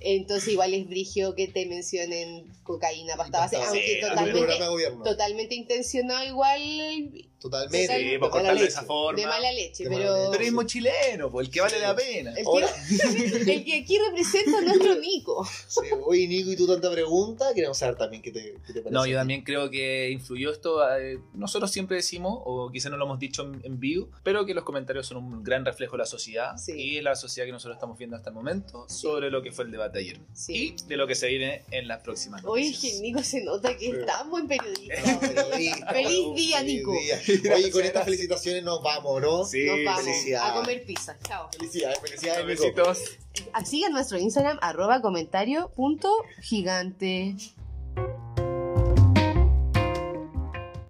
Speaker 1: entonces igual es brigio que te mencionen cocaína, pasta base,
Speaker 2: Sí,
Speaker 1: aunque
Speaker 2: El
Speaker 3: algún
Speaker 2: programa
Speaker 1: totalmente,
Speaker 2: de gobierno.
Speaker 1: totalmente intencionado igual
Speaker 2: Totalmente.
Speaker 1: Total-
Speaker 3: Sí,
Speaker 1: Sí, por
Speaker 2: Mala
Speaker 3: por cortarlo de
Speaker 2: leche.
Speaker 3: esa forma.
Speaker 1: de mala leche,
Speaker 2: De mala
Speaker 1: pero
Speaker 2: leche.
Speaker 3: Pero es mochileno, po, el que vale la pena.
Speaker 1: el
Speaker 2: Ahora-
Speaker 1: que, el que aquí representa a nuestro Nico.
Speaker 2: Sí, Oye, Nico, y tú tanta pregunta, queremos saber también qué te, qué te parece.
Speaker 3: No, yo también creo que influyó esto. eh, nosotros siempre decimos, o quizá no lo hemos dicho en, en vivo, pero que los comentarios son un gran reflejo de la sociedad
Speaker 1: Sí.
Speaker 3: y la sociedad que nosotros estamos viendo hasta el momento sobre lo que fue el debate ayer
Speaker 1: Sí.
Speaker 3: y de lo que se viene en las próximas
Speaker 1: Oye, es
Speaker 3: noticias.
Speaker 1: que Nico se nota que
Speaker 2: Sí.
Speaker 1: es tan buen
Speaker 2: No,
Speaker 1: periodista.
Speaker 2: periodista,
Speaker 1: Feliz
Speaker 2: weón,
Speaker 1: día,
Speaker 2: feliz
Speaker 1: Nico.
Speaker 2: día. Oye, con estas felicitaciones nos vamos, ¿no?
Speaker 3: Sí,
Speaker 1: Nos vamos
Speaker 2: felicidades.
Speaker 1: a comer pizza, chao.
Speaker 2: Felicidades, felicidades, Nico.
Speaker 3: Besitos.
Speaker 1: Sigan nuestro Instagram, arroba comentario punto gigante.